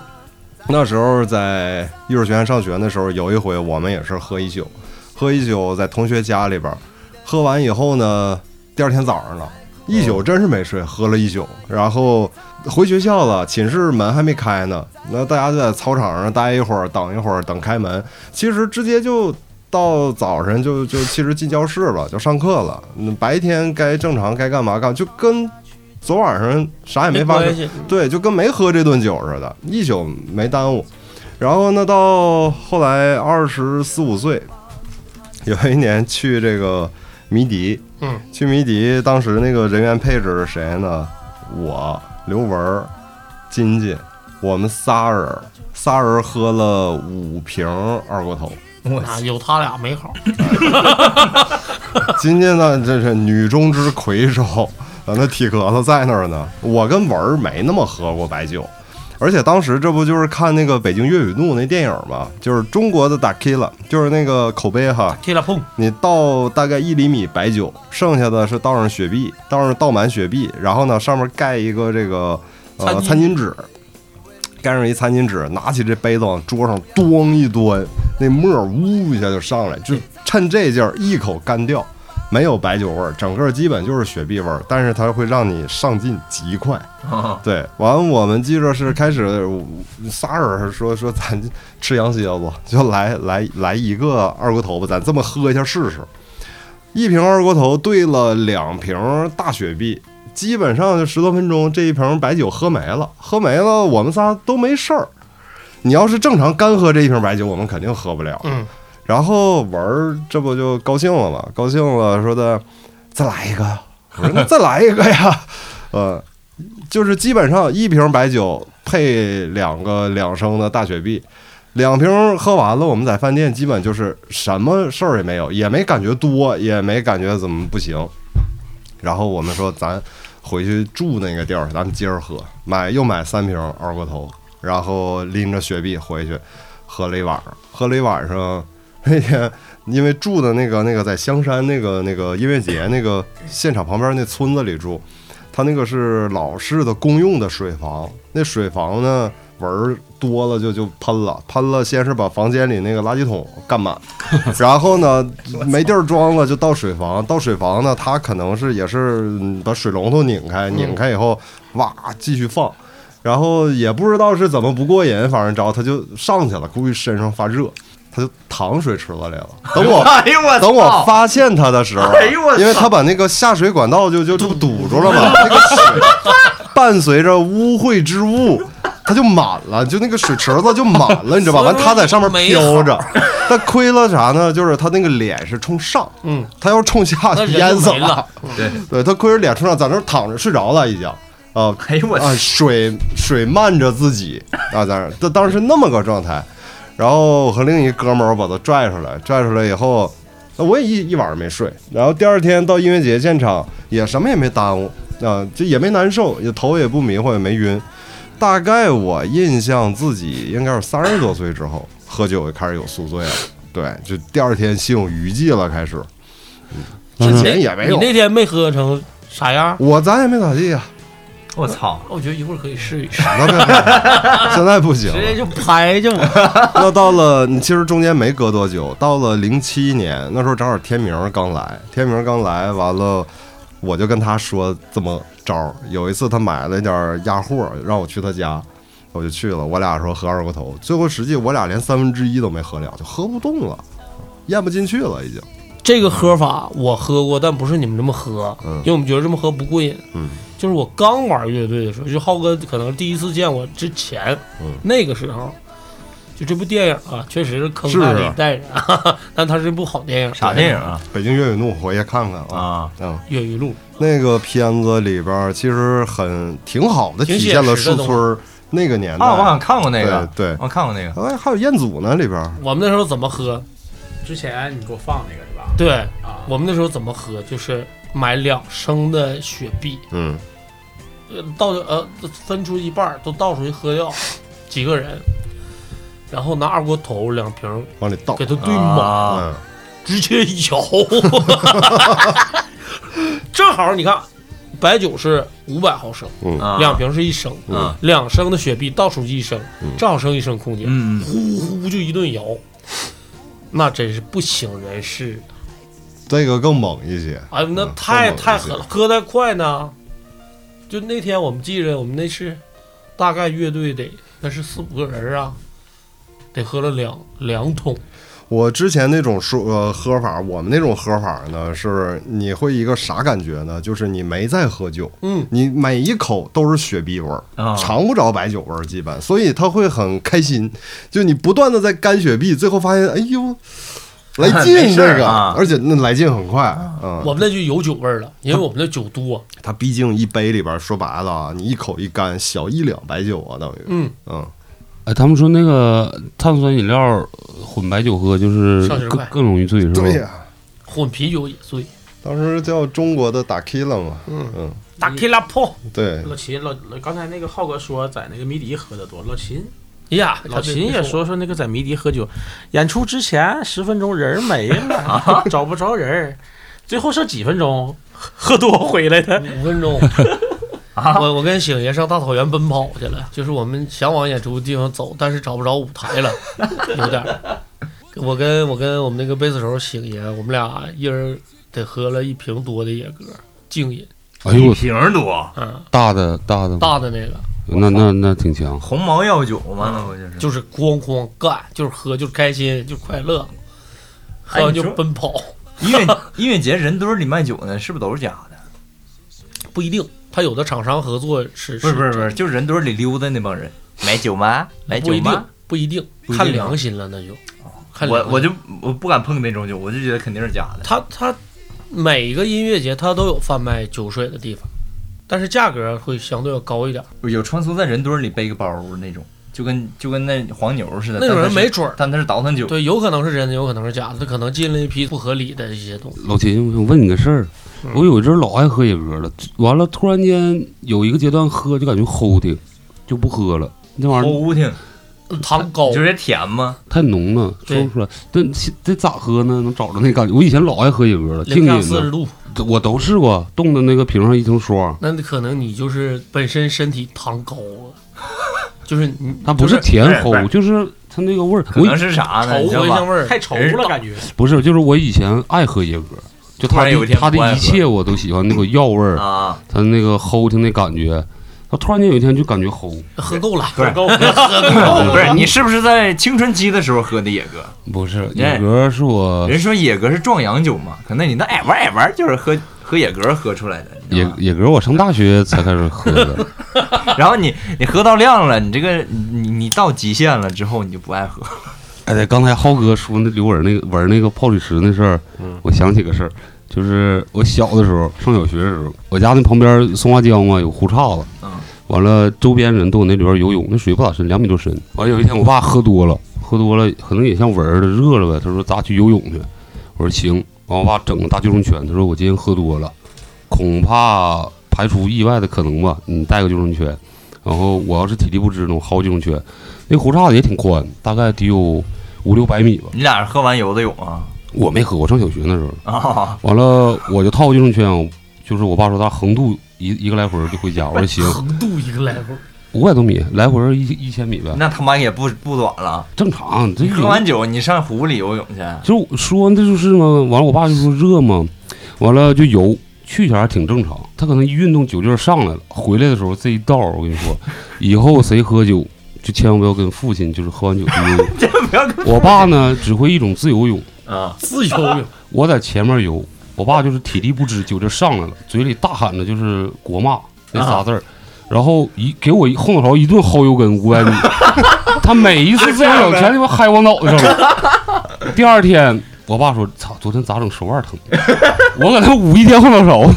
S1: 那时候在艺术学院上学的时候，有一回我们也是喝一宿，喝一宿在同学家里边儿，喝完以后呢，第二天早上了。一宿真是没睡，喝了一宿，然后回学校了，寝室门还没开呢，那大家就在操场上待一会儿，等一会儿，等开门。其实直接就到早晨就就其实进教室了，就上课了。嗯白天该正常该干嘛干嘛，就跟昨晚上啥也没发生
S4: 关，系
S1: 对，就跟没喝这顿酒似的，一宿没耽误。然后呢，到后来二十四五岁，有一年去这个迷笛，
S2: 嗯，
S1: 去迷笛，当时那个人员配置是谁呢？我、刘文儿、金金，我们仨人儿，仨人儿喝了五瓶二锅头。
S3: 我
S2: 啊，有他俩没好，
S1: 今天呢，这是女中之魁首，啊，那体格子在那儿呢。我跟文儿没那么喝过白酒，而且当时这不就是看那个《北京粤语怒》那电影嘛，就是中国的 d a k i l a 就是那个口碑哈，
S2: 踢了碰，
S1: 你倒大概一厘米白酒，剩下的是倒上雪碧，倒上倒满雪碧，然后呢上面盖一个这个呃餐
S3: 餐
S1: 巾纸，盖上一餐巾纸，拿起这杯子往桌上咣一端，那沫儿呜一下就上来，就趁这劲儿一口干掉，没有白酒味儿，整个基本就是雪碧味儿，但是它会让你上劲极快。
S3: 啊
S1: 对，完我们记着是开始我仨人说说咱吃羊蝎子，就来来来一个二锅头吧，咱这么喝一下试试。一瓶二锅头兑了两瓶大雪碧，基本上就十多分钟，这一瓶白酒喝没了，喝没了，我们仨都没事儿。你要是正常干喝这一瓶白酒，我们肯定喝不了。
S2: 嗯，
S1: 然后文儿这不就高兴了嘛？高兴了，说的再来一个，我说那再来一个呀， 呃，就是基本上一瓶白酒配两个两升的大雪碧，两瓶喝完了，我们在饭店基本就是什么事儿也没有，也没感觉多，也没感觉怎么不行。然后我们说咱回去住那个地儿，咱们接着喝，买又买三瓶二锅头，然后拎着雪碧回去喝了一晚上，喝了一晚上。 那天因为住的那个那个在香山那个那个音乐节那个现场旁边那村子里住，他那个是老式的公用的水房，那水房呢纹儿多了就就喷了，喷了先是把房间里那个垃圾桶干满，然后呢没地儿装了就到水房，到水房呢他可能是也是嗯把水龙头拧开，拧开以后哇继续放。然后也不知道是怎么不过瘾，反正着他就上去了，估计身上发热，他就淌水池子里了。等我
S3: 哎呦我
S1: 等我
S3: 操
S1: 发现他的时候，啊
S3: 哎呦我操
S1: 因为他把那个下水管道就就就堵住了嘛，那个水伴随着污秽之物，它就满了，就那个水池子就满了，你知道吧？完，他在上面飘着，但亏了啥呢？就是他那个脸是冲上，
S2: 嗯，
S1: 他要冲下
S2: 那人就
S1: 淹死
S2: 没了。
S3: 对，
S1: 对他亏着脸冲上，在那儿躺着睡着了已经。啊，
S3: 哎呦我
S1: 啊，水水漫着自己啊，当然，当当时那么个状态，然后我和另一哥们儿我把他拽出来，拽出来以后，那我也一一晚上没睡，然后第二天到音乐节现场也什么也没耽误啊，这也没难受，也头也不迷糊，也没晕。大概我印象自己应该是三十多岁之后喝酒就开始有宿醉了，对，就第二天心有余悸了，开始。嗯之前也没
S2: 你
S1: 有，
S2: 那天没喝成啥样？
S1: 我咱也没咋地呀，啊
S3: 我操，
S2: 我觉得一会儿可以试一试，
S1: 那没有现在不行
S2: 直
S1: 了
S2: 接。就拍就完。
S1: 那到了，你其实中间没隔多久，到了零七年，那时候正好天明儿刚来，天明儿刚来，完了我就跟他说这么招儿。有一次他买了点儿鸭货，让我去他家，我就去了，我俩说喝二锅头，最后实际我俩连三分之一都没喝了，就喝不动了，咽不进去了已经。
S2: 这个喝法我喝过，但不是你们这么喝，
S1: 嗯
S2: 因为我们觉得这么喝不过瘾。
S1: 嗯，
S2: 就是我刚玩乐队的时候，就浩哥可能第一次见我之前，
S1: 嗯
S2: 那个时候就这部电影啊，确实是坑
S1: 是
S2: 大
S1: 啊
S2: 了一代人，啊， 但它是一部好电影。
S3: 啥电影啊？
S1: 北京粤语怒》回去看看啊。
S3: 啊，
S1: 嗯，
S2: 粤语录，
S1: 那个片子里边儿其实很挺好的，
S2: 挺
S1: 体
S2: 写
S1: 现了
S2: 实
S1: 树
S2: 的东西
S1: 村儿那个年代。
S3: 啊，我好像看过那个，
S1: 对对
S3: 我看过那个。
S1: 哎，还有彦祖呢里边儿。
S2: 我们那时候怎么喝？
S7: 之前你给我放那个是吧？
S2: 对
S7: 啊，
S2: 我们那时候怎么喝？就是买两升的雪碧，
S1: 嗯，
S2: 呃倒呃分出一半儿都倒出去喝掉，几个人，然后拿二锅头两瓶儿
S1: 往里倒
S2: 给。它兑满，
S3: 啊
S1: 嗯，
S2: 直接摇。正好你看，白酒是五百毫升，
S3: 啊
S2: 两瓶是一升，
S3: 嗯
S2: 两升的雪碧倒出去一升，正好剩一升空间，
S3: 嗯，
S2: 呼呼就一顿摇，那真是不省人事。
S1: 这个更猛一些。
S2: 哎，那
S1: 嗯
S2: 太
S1: 更猛一些
S2: 太狠了，喝太快呢。就那天我们记着，我们那是大概乐队得那是四五个人啊，得喝了两两桶。
S1: 我之前那种说呃喝法，我们那种喝法呢，是你会一个啥感觉呢？就是你没在喝酒，
S2: 嗯，
S1: 你每一口都是雪碧味儿，
S3: 啊
S1: 尝不着白酒味儿，基本，所以他会很开心。就你不断的在干雪碧，最后发现，哎呦，来
S3: 没
S1: 劲
S3: 事
S1: 这
S3: 儿
S1: 个，
S3: 啊
S1: 而且那来劲很快，嗯，
S2: 我们那就有酒味儿了，因为我们那酒多。
S1: 它毕竟一杯里边儿说白了啊，你一口一干，小一两白酒啊，等于，
S2: 嗯
S1: 嗯，
S5: 哎，他们说那个碳酸饮料混白酒喝，就是
S2: 上劲儿
S5: 更
S2: 快
S5: 更容易醉，是吧？
S1: 对呀、
S2: 混啤酒也醉，
S1: 当时叫中国的打 K 了嘛，
S2: 打 K 拉炮
S1: 对，
S7: 老秦老老刚才那个浩哥说在那个迷笛喝的多，老秦
S2: 呀，
S4: 老秦也说说那个在迷笛喝酒，演出之前十分钟人儿没了，找不着人儿，最后剩几分钟，喝喝多回来的。
S2: 五分 钟。啊我我跟醒爷上大草原奔跑去了，就是我们想往演出的地方走，但是找不着舞台了，有点儿。我跟我跟我们那个贝斯手醒爷，我们俩一人得喝了一瓶多的野哥，静饮，
S5: 哎呦，
S3: 瓶儿多，
S2: 嗯，
S5: 大的大的，
S2: 大的那个，
S5: 那那那挺强。
S3: 红毛药酒嘛，那不就是？
S2: 就是咣咣干，就是喝，就是开心，就是快乐，
S3: 哎
S2: 喝完
S3: 你
S2: 就
S3: 说
S2: 奔跑，
S3: 音乐音乐节人堆儿里卖酒呢，是不是都是假的？
S2: 不一定。他有的厂商合作是
S3: 不是不是不是，就是人堆儿里溜达那帮人，买酒吗？买
S2: 不
S3: 酒
S2: 一定
S3: 吗？，
S2: 不一定，
S3: 不一定
S2: 看
S3: 啊哦
S2: 良心了那就。看
S3: 我
S2: 良心
S3: 我就我不敢碰那种酒，我就觉得肯定是假的。
S2: 他他每一个音乐节他都有贩卖酒水的地方，但是价格会相对要高一点。
S3: 有穿梭在人堆儿里背个包儿那种，就跟就跟那黄牛似的。
S2: 那种人
S3: 但他是
S2: 没准儿，
S3: 但他是倒腾酒。
S2: 对，有可能是真的，有可能是假的，他可能进了一批不合理的一些东西。
S5: 老秦，我想问你个事儿，
S3: 嗯
S5: 我有一阵儿老爱喝野格了，完了突然间有一个阶段喝就感觉齁挺，就不喝了。那玩意儿
S3: 齁挺，
S2: 糖高
S3: 你，觉得甜吗？
S5: 太浓了，说不出来。这这咋喝呢？能找着那感觉？我以前老爱喝野格了，
S2: 零
S5: 静
S2: 下四十
S5: 饮
S2: 度，
S5: 的，我都试过，冻的那个瓶上一层霜，
S2: 那可能你就是本身身体糖高了，就是你
S5: 它不是
S3: 就是
S5: 甜
S3: 不是不是
S5: 齁，就是它那个味儿。
S3: 可
S5: 我
S3: 能
S5: 以
S3: 是啥呢？
S2: 稠
S3: 你知道
S2: 茴
S3: 吧
S2: 香？味儿。
S7: 太稠了，感觉
S5: 不是，就是我以前爱喝野格，就它
S3: 突然有一
S5: 的
S3: 天
S5: 它的
S3: 不爱喝
S5: 一切我都喜欢，那股药味儿，
S3: 啊，
S5: 它那个齁挺那感觉。它突然间有一天就感觉齁，
S2: 喝够了，
S3: 不是
S2: 喝够了， 喝够了。
S3: 不是你是不是在青春期的时候喝的野哥？
S5: 不是
S3: 哎
S5: 野格是我
S3: 人说野格是壮阳酒嘛，可能你那爱玩爱玩就是喝喝野格喝出来的，你知
S5: 野
S3: 道吗
S5: 野格，我上大学才开始喝的。
S3: 然后你你喝到量了，你这个你你到极限了之后，你就不爱喝。
S5: 哎，对，刚才浩哥说那刘文那个玩那个泡水池那事儿，我想起个事儿，就是我小的时候上小学的时候，我家那旁边松花江嘛有湖岔子，
S3: 嗯
S5: 完了周边人都往那里边游泳，那水不咋深，两米多深。完了有一天我爸喝多了，喝多了可能也像蚊儿的热了呗，他说咱去游泳去，我说行，完我爸整个大救生圈，他说我今天喝多了，恐怕排除意外的可能吧，你带个救生圈，然后我要是体力不支呢，我薅救生圈。那湖岔子也挺宽，大概得有五六百米吧。
S3: 你俩是喝完游的泳啊？
S5: 我没喝，我上小学那时候，
S3: 啊，
S5: 完了我就套个救生圈，我就是我爸说他横渡一一个来回就回家，我说行，
S2: 横渡一个 level，
S5: 五百多米来回一一千米呗，
S3: 那他妈也不不短了。
S5: 正常。这
S3: 你喝
S5: 游
S3: 完酒，你上湖里游泳去，
S5: 就是我说那就是嘛，完了我爸就说热嘛，完了就游。去前还挺正常，他可能一运动酒劲儿上来了，回来的时候这一道儿，我跟你说，以后谁喝酒就千万不要跟父亲就是喝 完酒去游泳。
S3: 这不要跟
S5: 我爸呢只会一种自由泳，
S3: 啊
S2: 自由泳，
S5: 我在前面游，我爸就是体力不支，酒就上来了，嘴里大喊着就是国骂那仨字儿，然后一给我一后脑勺一顿薅油根五百米， 他每一次自由泳全他妈嗨我脑袋上了。第二天，我爸说：“操，昨天咋整手腕疼？”我搁那捂一天后脑勺，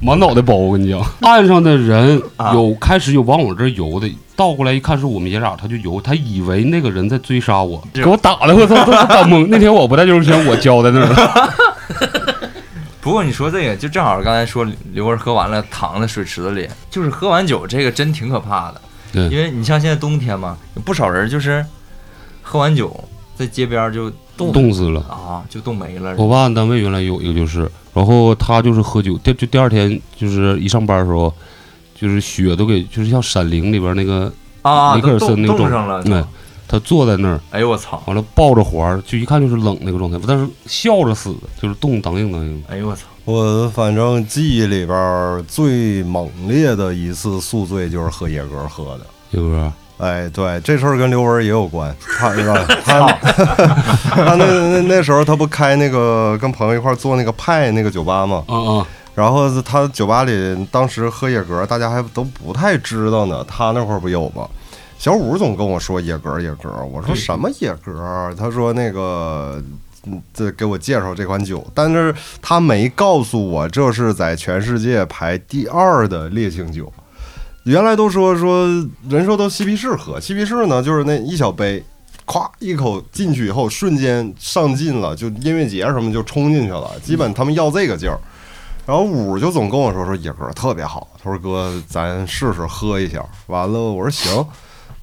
S5: 满脑袋包。我跟你讲，岸上的人
S3: 啊
S5: 有开始有往我这儿游的，倒过来一看是我们爷俩，他就游，他以为那个人在追杀我，给我打的我操，都打懵。那天我不在游泳圈，我浇在那儿了。
S3: 不过你说这个，就正好刚才说刘文喝完了躺在水池子里，就是喝完酒这个真挺可怕的。
S5: 对
S3: 因为你像现在冬天嘛，有不少人就是喝完酒在街边就冻
S5: 冻死了。
S3: 啊，就冻没了。
S5: 我爸单位原来有一个就是，然后他就是喝酒，第就第二天就是一上班的时候，就是雪都给就是像《闪灵》里边那个
S3: 啊，
S5: 尼克
S3: 都
S5: 尔
S3: 冻
S5: 森那个
S3: 冻
S5: 状
S3: 上了。
S5: 对，他坐在那儿，
S3: 哎呦我操！
S5: 完了抱着环儿，就一看就是冷那个状态，但是笑着死，就是冻当硬当硬。
S3: 哎呦我操！
S1: 我反正记忆里边儿最猛烈的一次宿醉就是喝野格喝的。
S5: 是不是？
S1: 哎，对，这事儿跟刘文也有关。他是吧？他 他那那那时候他不开那个跟朋友一块儿做那个派那个酒吧嘛，
S5: 啊啊！
S1: 然后他酒吧里当时喝野格，大家还都不太知道呢。他那会儿不有吗？小五总跟我说野格野格，我说什么野格？他说那个。嗯这给我介绍这款酒，但是他没告诉我这是在全世界排第二的烈性酒。原来都说说人说都嬉皮士喝，嬉皮士呢就是那一小杯，咵一口进去以后，瞬间上劲了，就音乐节什么就冲进去了，基本他们要这个劲儿。然后五就总跟我说说野哥特别好，他说哥咱试试喝一下。完了我说行，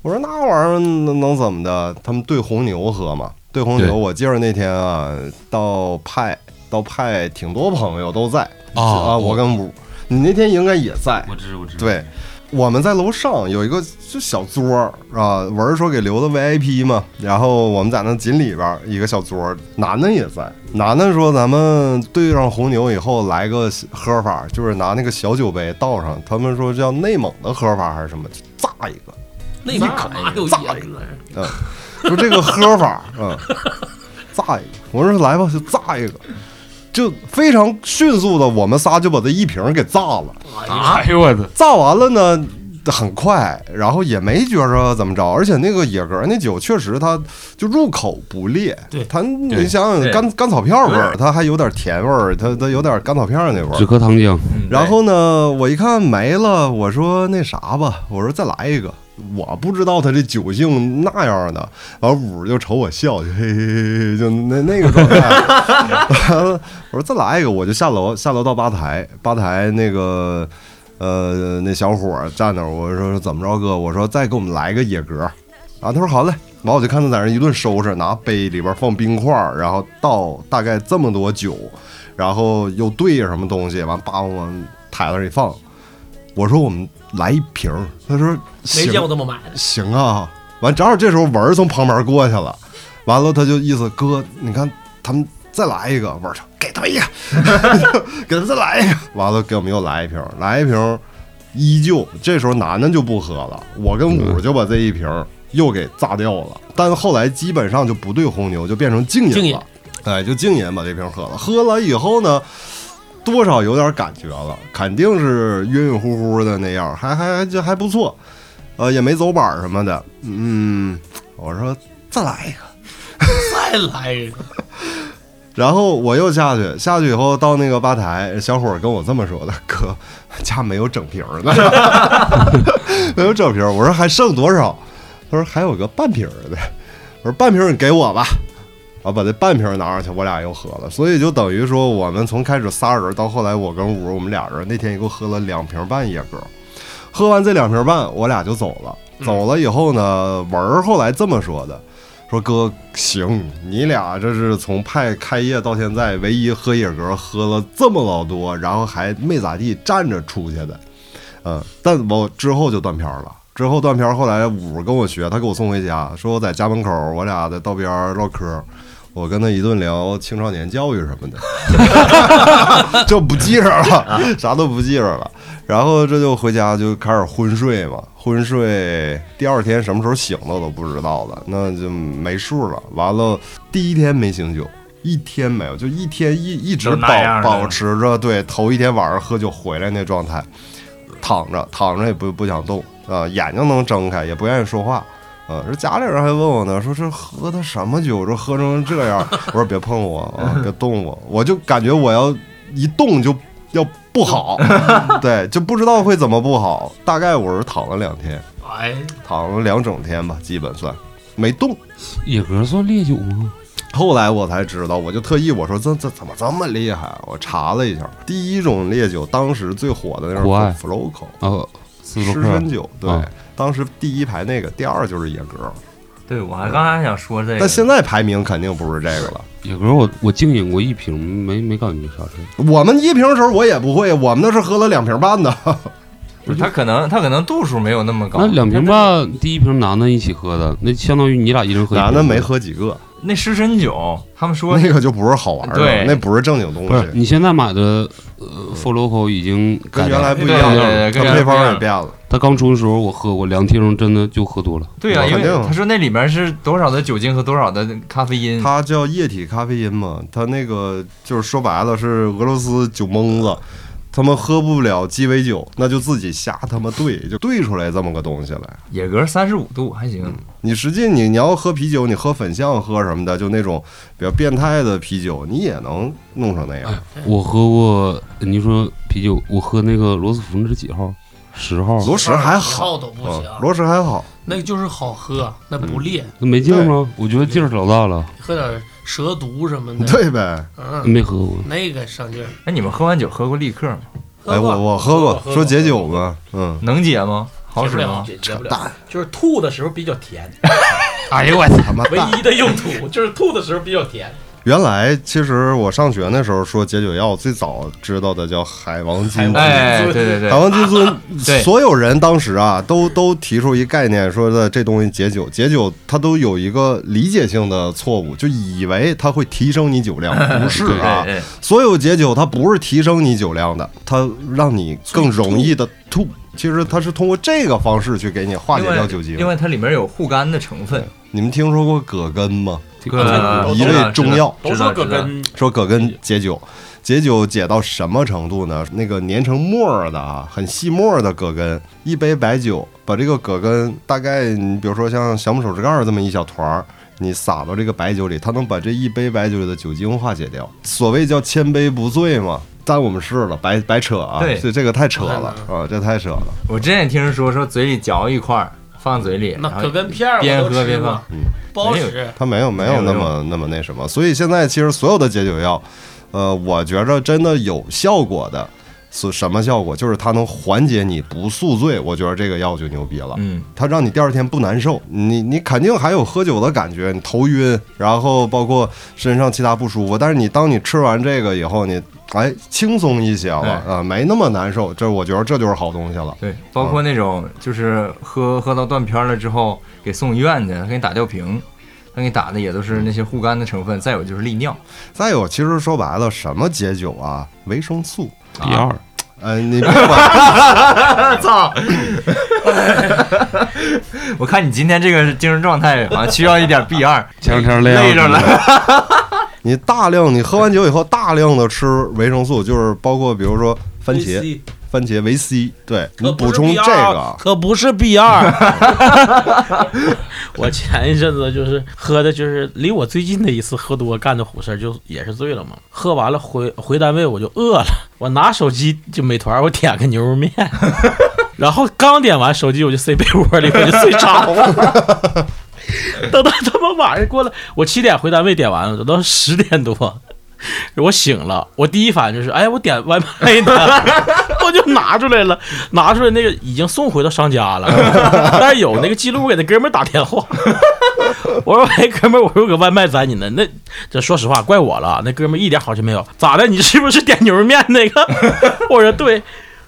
S1: 我说那玩意儿能能怎么的？他们兑红牛喝嘛，兑红
S5: 对
S1: 牛。我记着那天啊，到派到派挺多朋友都在
S5: 啊
S1: 我跟五，你那天应该也在，
S5: 我知我知，
S1: 对，我们在楼上有一个就小桌儿啊，文儿说给留的 VIP 嘛，然后我们在那锦里边儿一个小桌儿，楠楠也在。楠楠说咱们兑上红牛以后来个喝法，就是拿那个小酒杯倒上，他们说叫内蒙的喝法还是什么，就炸一个。
S2: 那边干嘛有野哥呀？
S1: 就这个喝法，嗯，炸一个。我说来吧，就炸一个，就非常迅速的，我们仨就把这一瓶儿给炸了。
S5: 哎呦我的，
S1: 炸完了呢，很快，然后也没觉着怎么着，而且那个野格那酒确实它就入口不烈，
S2: 对
S1: 它你想想
S3: 对
S1: 甘甘草片味儿，它还有点甜味儿，它它有点甘草片儿那味
S5: 只
S1: 儿。
S5: 喝糖浆，
S3: 嗯
S1: 然后呢，我一看没了，我说那啥吧，我说再来一个。我不知道他这酒性那样的，然后五儿就瞅我笑，就嘿嘿嘿嘿，就那 那个状态。 完了，我说再来一个，我就下楼，下楼到吧台，吧台那个呃那小伙儿站那儿，我说怎么着哥，我说再给我们来个野格，啊，他说好嘞，完我就看他在那儿一顿收拾，拿杯里边放冰块儿，然后倒大概这么多酒，然后又兑什么东西，完叭往台子上一放，我说我们来一瓶儿，他说
S2: 没
S1: 行
S2: 见过这么买的。
S1: 行啊，完正好这时候文儿从旁边过去了，完了他就意思哥，你看他们再来一个，文儿说给他们 一个，给他们再来一个，完了给我们又来一瓶，来一瓶，依旧这时候楠楠就不喝了，我跟五就把这一瓶又给炸掉了，但后来基本上就不对红牛，就变成静
S2: 敬
S1: 饮
S2: 饮
S1: 了，哎，就静饮把这瓶喝了，喝了以后呢。多少有点感觉了，肯定是晕晕乎乎的那样，还还还就还不错，呃，也没走板儿什么的。嗯，我说再来一个，
S2: 再来一个，
S1: 然后我又下去，下去以后到那个吧台，小伙儿跟我这么说的：“哥，家没有整瓶儿的，没有整瓶儿。”我说还剩多少？他说还有个半瓶儿的。我说半瓶儿你给我吧。我把这半瓶儿拿上去，我俩又喝了，所以就等于说，我们从开始仨人到后来我跟五，我们俩人那天一共喝了两瓶半野格，喝完这两瓶半，我俩就走了。走了以后呢，文儿后来这么说的，说哥行，你俩这是从派开业到现在唯一喝野格喝了这么老多，然后还没咋地站着出去的，嗯，但我之后就断片儿了。之后断片儿，后来五跟我学，他给我送回家，说我在家门口，我俩在道边儿唠嗑儿，我跟他一顿聊青少年教育什么的，就不记着了，啥都不记着了。然后这就回家就开始昏睡嘛，昏睡，第二天什么时候醒的我都不知道了，那就没数了。完了，第一天没醒酒，一天没有，就一天一一直
S3: 都
S1: 保
S3: 那样的
S1: 保持着对头一天晚上喝酒回来那状态，躺着躺着也不不想动啊、眼睛能睁开，也不愿意说话啊、啊，这家里人还问我呢，说这喝的什么酒，这喝成这样？我说别碰我啊，别动我，我就感觉我要一动就要不好，对，就不知道会怎么不好。大概我是躺了两天，
S2: 哎，
S1: 躺了两整天吧，基本算没动。
S5: 野格算烈酒吗？
S1: 后来我才知道，我就特意我说这这怎么这么厉害啊？我查了一下，第一种烈酒当时最火的那种
S5: 国外
S1: Flocco
S5: 哦，斯洛
S1: 湿
S5: 克
S1: 身酒，对
S5: 啊，
S1: 当时第一排那个，第二就是野格，
S3: 对我还刚才还想说这个，
S1: 但现在排名肯定不是这个了。
S5: 野格我我净饮过一瓶，没没感觉啥事儿。
S1: 我们一瓶的时候我也不会，我们那是喝了两瓶半 的。
S3: 不是他可能他可能度数没有那么高
S5: 那，两瓶半，第一瓶男的一起喝的，那相当于你俩一人喝一瓶。
S1: 男的没喝几个，
S3: 那湿身酒他们说
S1: 那个就不是好玩的，
S3: 对
S1: 那不是正经东
S5: 不是，
S1: 西，
S5: 你现在买的呃 f o l o c o 已经
S1: 跟
S5: 改
S1: 原
S5: 良
S1: 来
S5: 了。
S1: 不一样
S3: 对
S1: 它
S3: 对对，跟原来
S1: 配
S3: 不一样
S1: 方也变了。
S5: 它刚出的时候我喝过两听，真的就喝多了。
S3: 对啊，
S1: 我
S3: 因
S1: 肯
S3: 为
S1: 定
S3: 他说那里面是多少的酒精和多少的咖啡因，
S1: 它叫液体咖啡因嘛，它那个就是说白了是俄罗斯酒蒙子，他们喝不了鸡尾酒，那就自己瞎他妈兑，就 兑出来这么个东西来。
S3: 野格三十五度还行，
S1: 你实际你你要喝啤酒，你喝粉象喝什么的，就那种比较变态的啤酒，你也能弄成那
S3: 哎
S1: 样。
S5: 我喝过，你说啤酒，我喝那个罗斯福那是几号？十号，
S1: 罗什还好
S2: 号，都不
S1: 嗯
S3: 啊
S2: 行，
S1: 罗什还好，
S2: 那就是好喝，那不烈，
S5: 那没劲儿吗？我觉得劲儿老大了，
S2: 喝点蛇毒 什么的，
S1: 对呗。
S2: 嗯，
S5: 没喝过。
S2: 那个上劲儿。
S3: 哎，你们喝完酒喝过立克吗？
S1: 哎，我我喝
S7: 喝
S1: 过，
S7: 过
S1: 说解酒嘛，嗯，
S3: 能解吗？好使啊吗？
S7: 解决不了，就是吐的时候比较甜，
S3: 哎呦我操！
S1: 他妈
S7: 唯
S1: 蛋！
S7: 一的用途就是吐的时候比较甜。
S1: 原来其实我上学那时候说解酒药，最早知道的叫海王金樽。
S3: 哎，对对对
S1: 海，王金樽，
S3: 对
S1: 所有人当时啊，都都提出一概念，说的这东西解酒，解酒它都有一个理解性的错误，就以为它会提升你酒量，不是
S3: 对
S1: 啊。
S3: 对，
S1: 所有解酒它不是提升你酒量的，它让你更容易的吐。其实它是通过这个方式去给你化解
S3: 另外
S1: 掉酒精
S3: 另。外它里面有护肝的成分，
S1: 你们听说过葛根吗？
S3: 呃
S1: 一类中药，
S7: 都说葛，根
S1: 说葛根解酒，解酒解到什么程度呢？那个粘成沫儿的啊，很细沫儿的葛根，一杯白酒，把这个葛根大概，你比如说像小拇手指盖儿这么一小团儿。你撒到这个白酒里，它能把这一杯白酒里的酒精化解掉。所谓叫千杯不醉嘛，但我们试了，白白扯啊！
S3: 对
S1: 这这个太扯了啊，这太扯了。
S3: 我之前也听人说说嘴里嚼一块儿放嘴里，
S2: 那
S3: 然后
S2: 可跟片儿
S3: 边
S2: 我都
S3: 喝
S2: 吃
S3: 边
S2: 过
S3: 放，
S2: 不好
S3: 没有
S2: 使。
S1: 它没有没
S3: 没
S1: 有
S3: 有
S1: 那么那么那什么，所以现在其实所有的解酒药，呃，我觉着真的有效果的是什么效果？就是它能缓解你不宿醉，我觉得这个药就牛逼了。
S3: 嗯，
S1: 它让你第二天不难受，你你肯定还有喝酒的感觉，你头晕，然后包括身上其他不舒服。但是你当你吃完这个以后，你哎轻松一些了啊、没那么难受。这我觉得这就是好东西了。
S3: 对，包括那种就是喝喝到断片儿了之后给送医院去，他给你打吊瓶，他给你打的也都是那些护肝的成分，再有就是利尿，
S1: 再有，其实说白了，什么解酒啊，维生素。
S5: 第二，
S1: 呃，你别管，
S3: 操！ 我看你今天这个精神状态好像需要一点 B 二，
S5: 前两
S1: 哎
S5: 天
S3: 累着了。
S1: 你大量你喝完酒以后大量的吃维生素，就是包括比如说番茄、
S7: VC
S1: 番茄维 C，对你
S7: 不是啊
S1: 补充
S7: B
S1: 这
S7: 二
S1: 个，
S2: 可不是啊 B 二，
S4: 我前一阵子就是喝的，就是离我最近的一次喝多干的虎事儿，就也是醉了嘛。喝完了回回单位我就饿了，我拿手机就美团我点个牛肉面， 然后刚点完手机我就塞被窝里，我就睡着了。等到他妈晚上过了，我七点回单位点完了，等到十点多。我醒了，我第一反应就是，哎，我点外卖呢， 我就拿出来了，拿出来那个已经送回到商家了， 但是有那个记录，我给那哥们儿打电话， 我说，哎，哥们儿，我有个外卖在你呢，那这说实话怪我了，啊那哥们儿一点好心没有，咋的？你是不是点牛肉面那个？ 我说对。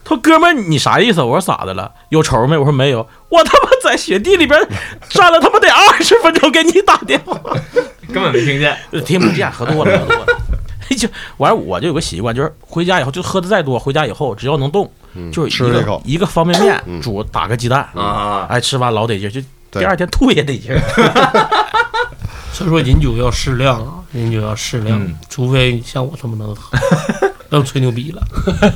S4: 他说：“哥们儿，你啥意思？”我说：“咋的了？有仇没？”我说：“没有。”我他妈在雪地里边站了他妈得二十分钟给你打电话，
S3: 根本没听见。
S4: 听不见，喝多了，喝多了。 就完事儿我就有个习惯，就是回家以后就喝的再多，回家以后只要能动，就是一
S1: 嗯吃一
S4: 个
S1: 口嗯
S4: 一个方便面煮打个鸡蛋
S3: 啊
S4: 哎，吃完老得劲儿，就
S1: 对
S4: 第二天吐也得劲儿。
S2: 所以说饮酒要适量啊，饮酒要适量，
S3: 嗯
S2: 除非像我这么能喝， 要吹牛逼了。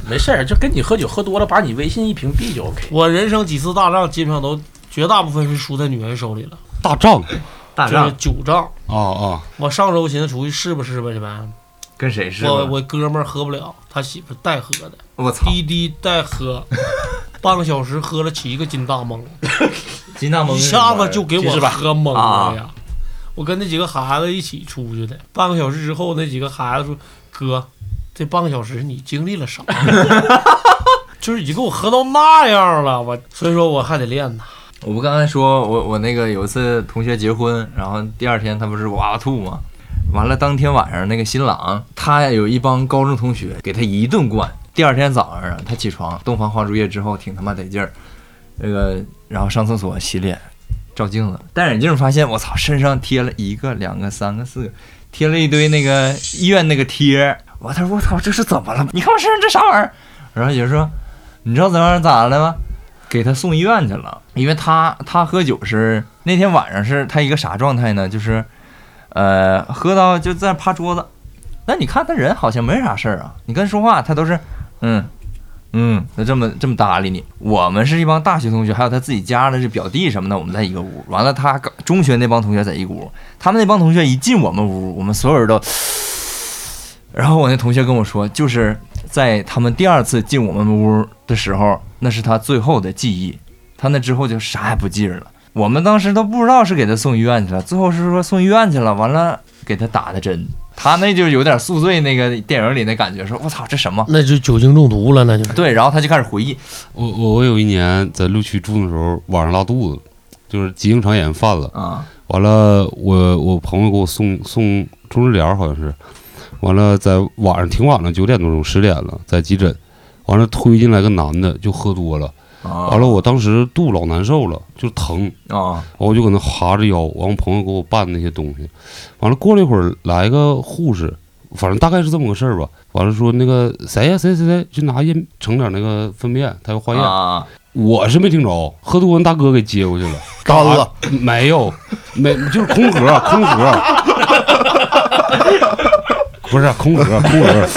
S4: 没事儿，就跟你喝酒喝多了，把你微信一屏蔽就 OK。
S2: 我人生几次大仗，基本上都绝大部分是输在女人手里了。
S5: 大丈
S3: 大
S2: 就是
S3: 丈
S2: 酒胀。
S5: 啊啊，
S2: 我上周寻思出去试吧试吧去呗，
S3: 跟谁是吧？
S2: 我我哥们儿喝不了，他媳妇儿代喝的，
S3: 我操，
S2: 滴滴代 喝，半个小时喝了七个金大蒙，
S3: 金大蒙
S2: 一
S3: 是什么
S2: 下
S3: 玩意儿
S2: 子就给
S3: 记
S2: 我
S3: 事吧，啊
S2: 喝懵了呀！我跟那几个孩子一起出去的，半个小时之后，那几个孩子说：“哥，这半个小时你经历了啥？” 就是已经给我喝到那样了，我所以说我还得练呢。
S3: 我不刚才说我我那个有一次同学结婚，然后第二天他不是哇哇吐吗？完了当天晚上那个新郎他有一帮高中同学给他一顿灌，第二天早上啊他起床东方花烛夜之后挺他妈得劲儿，那个然后上厕所洗脸，照镜子戴眼镜发现我操身上贴了一个两个三个四个，贴了一堆那个医院那个贴儿，我他说我操这是怎么了？你看我身上这啥玩意儿？然后也说你知道怎么咋了吗？给他送医院去了，因为他他喝酒是那天晚上是他一个啥状态呢？就是，呃，喝到就在趴桌子，那你看他人好像没啥事儿啊，你跟他说话他都是嗯嗯，就这么这么搭理你。我们是一帮大学同学，还有他自己家的这表弟什么的，我们在一个屋。完了他刚中学那帮同学在一个屋，他们那帮同学一进我们屋，我们所有人都，然后我那同学跟我说，就是在他们第二次进我们屋的时候，那是他最后的记忆，他那之后就啥也不记着了。我们当时都不知道是给他送医院去了，最后是说送医院去了，完了给他打的针，他那就有点宿醉那个电影里那感觉，说我操这什么？
S2: 那就酒精中毒了，那就是
S3: 对，然后他就开始回忆，
S5: 我我我有一年在六区住的时候，晚上拉肚子，就是急性肠炎犯了，
S3: 啊
S5: 完了我我朋友给我送送中日疗好像是，完了在晚上挺晚了，九点多钟十点了，在急诊，完了推进来个男的就喝多了，
S3: 啊
S5: 完了我当时肚子老难受了，就疼。
S3: 啊
S5: 我就搁那哈着腰，完我朋友给我办那些东西，完了过了一会儿来个护士，反正大概是这么个事儿吧。完了说那个谁呀、谁谁谁去拿验盛点那个粪便，他要化验。
S3: 啊！
S5: 我是没听着，喝多人大哥给接过去了，
S1: 干了
S5: 打没有？没就是空盒，空盒，不是空盒，空盒。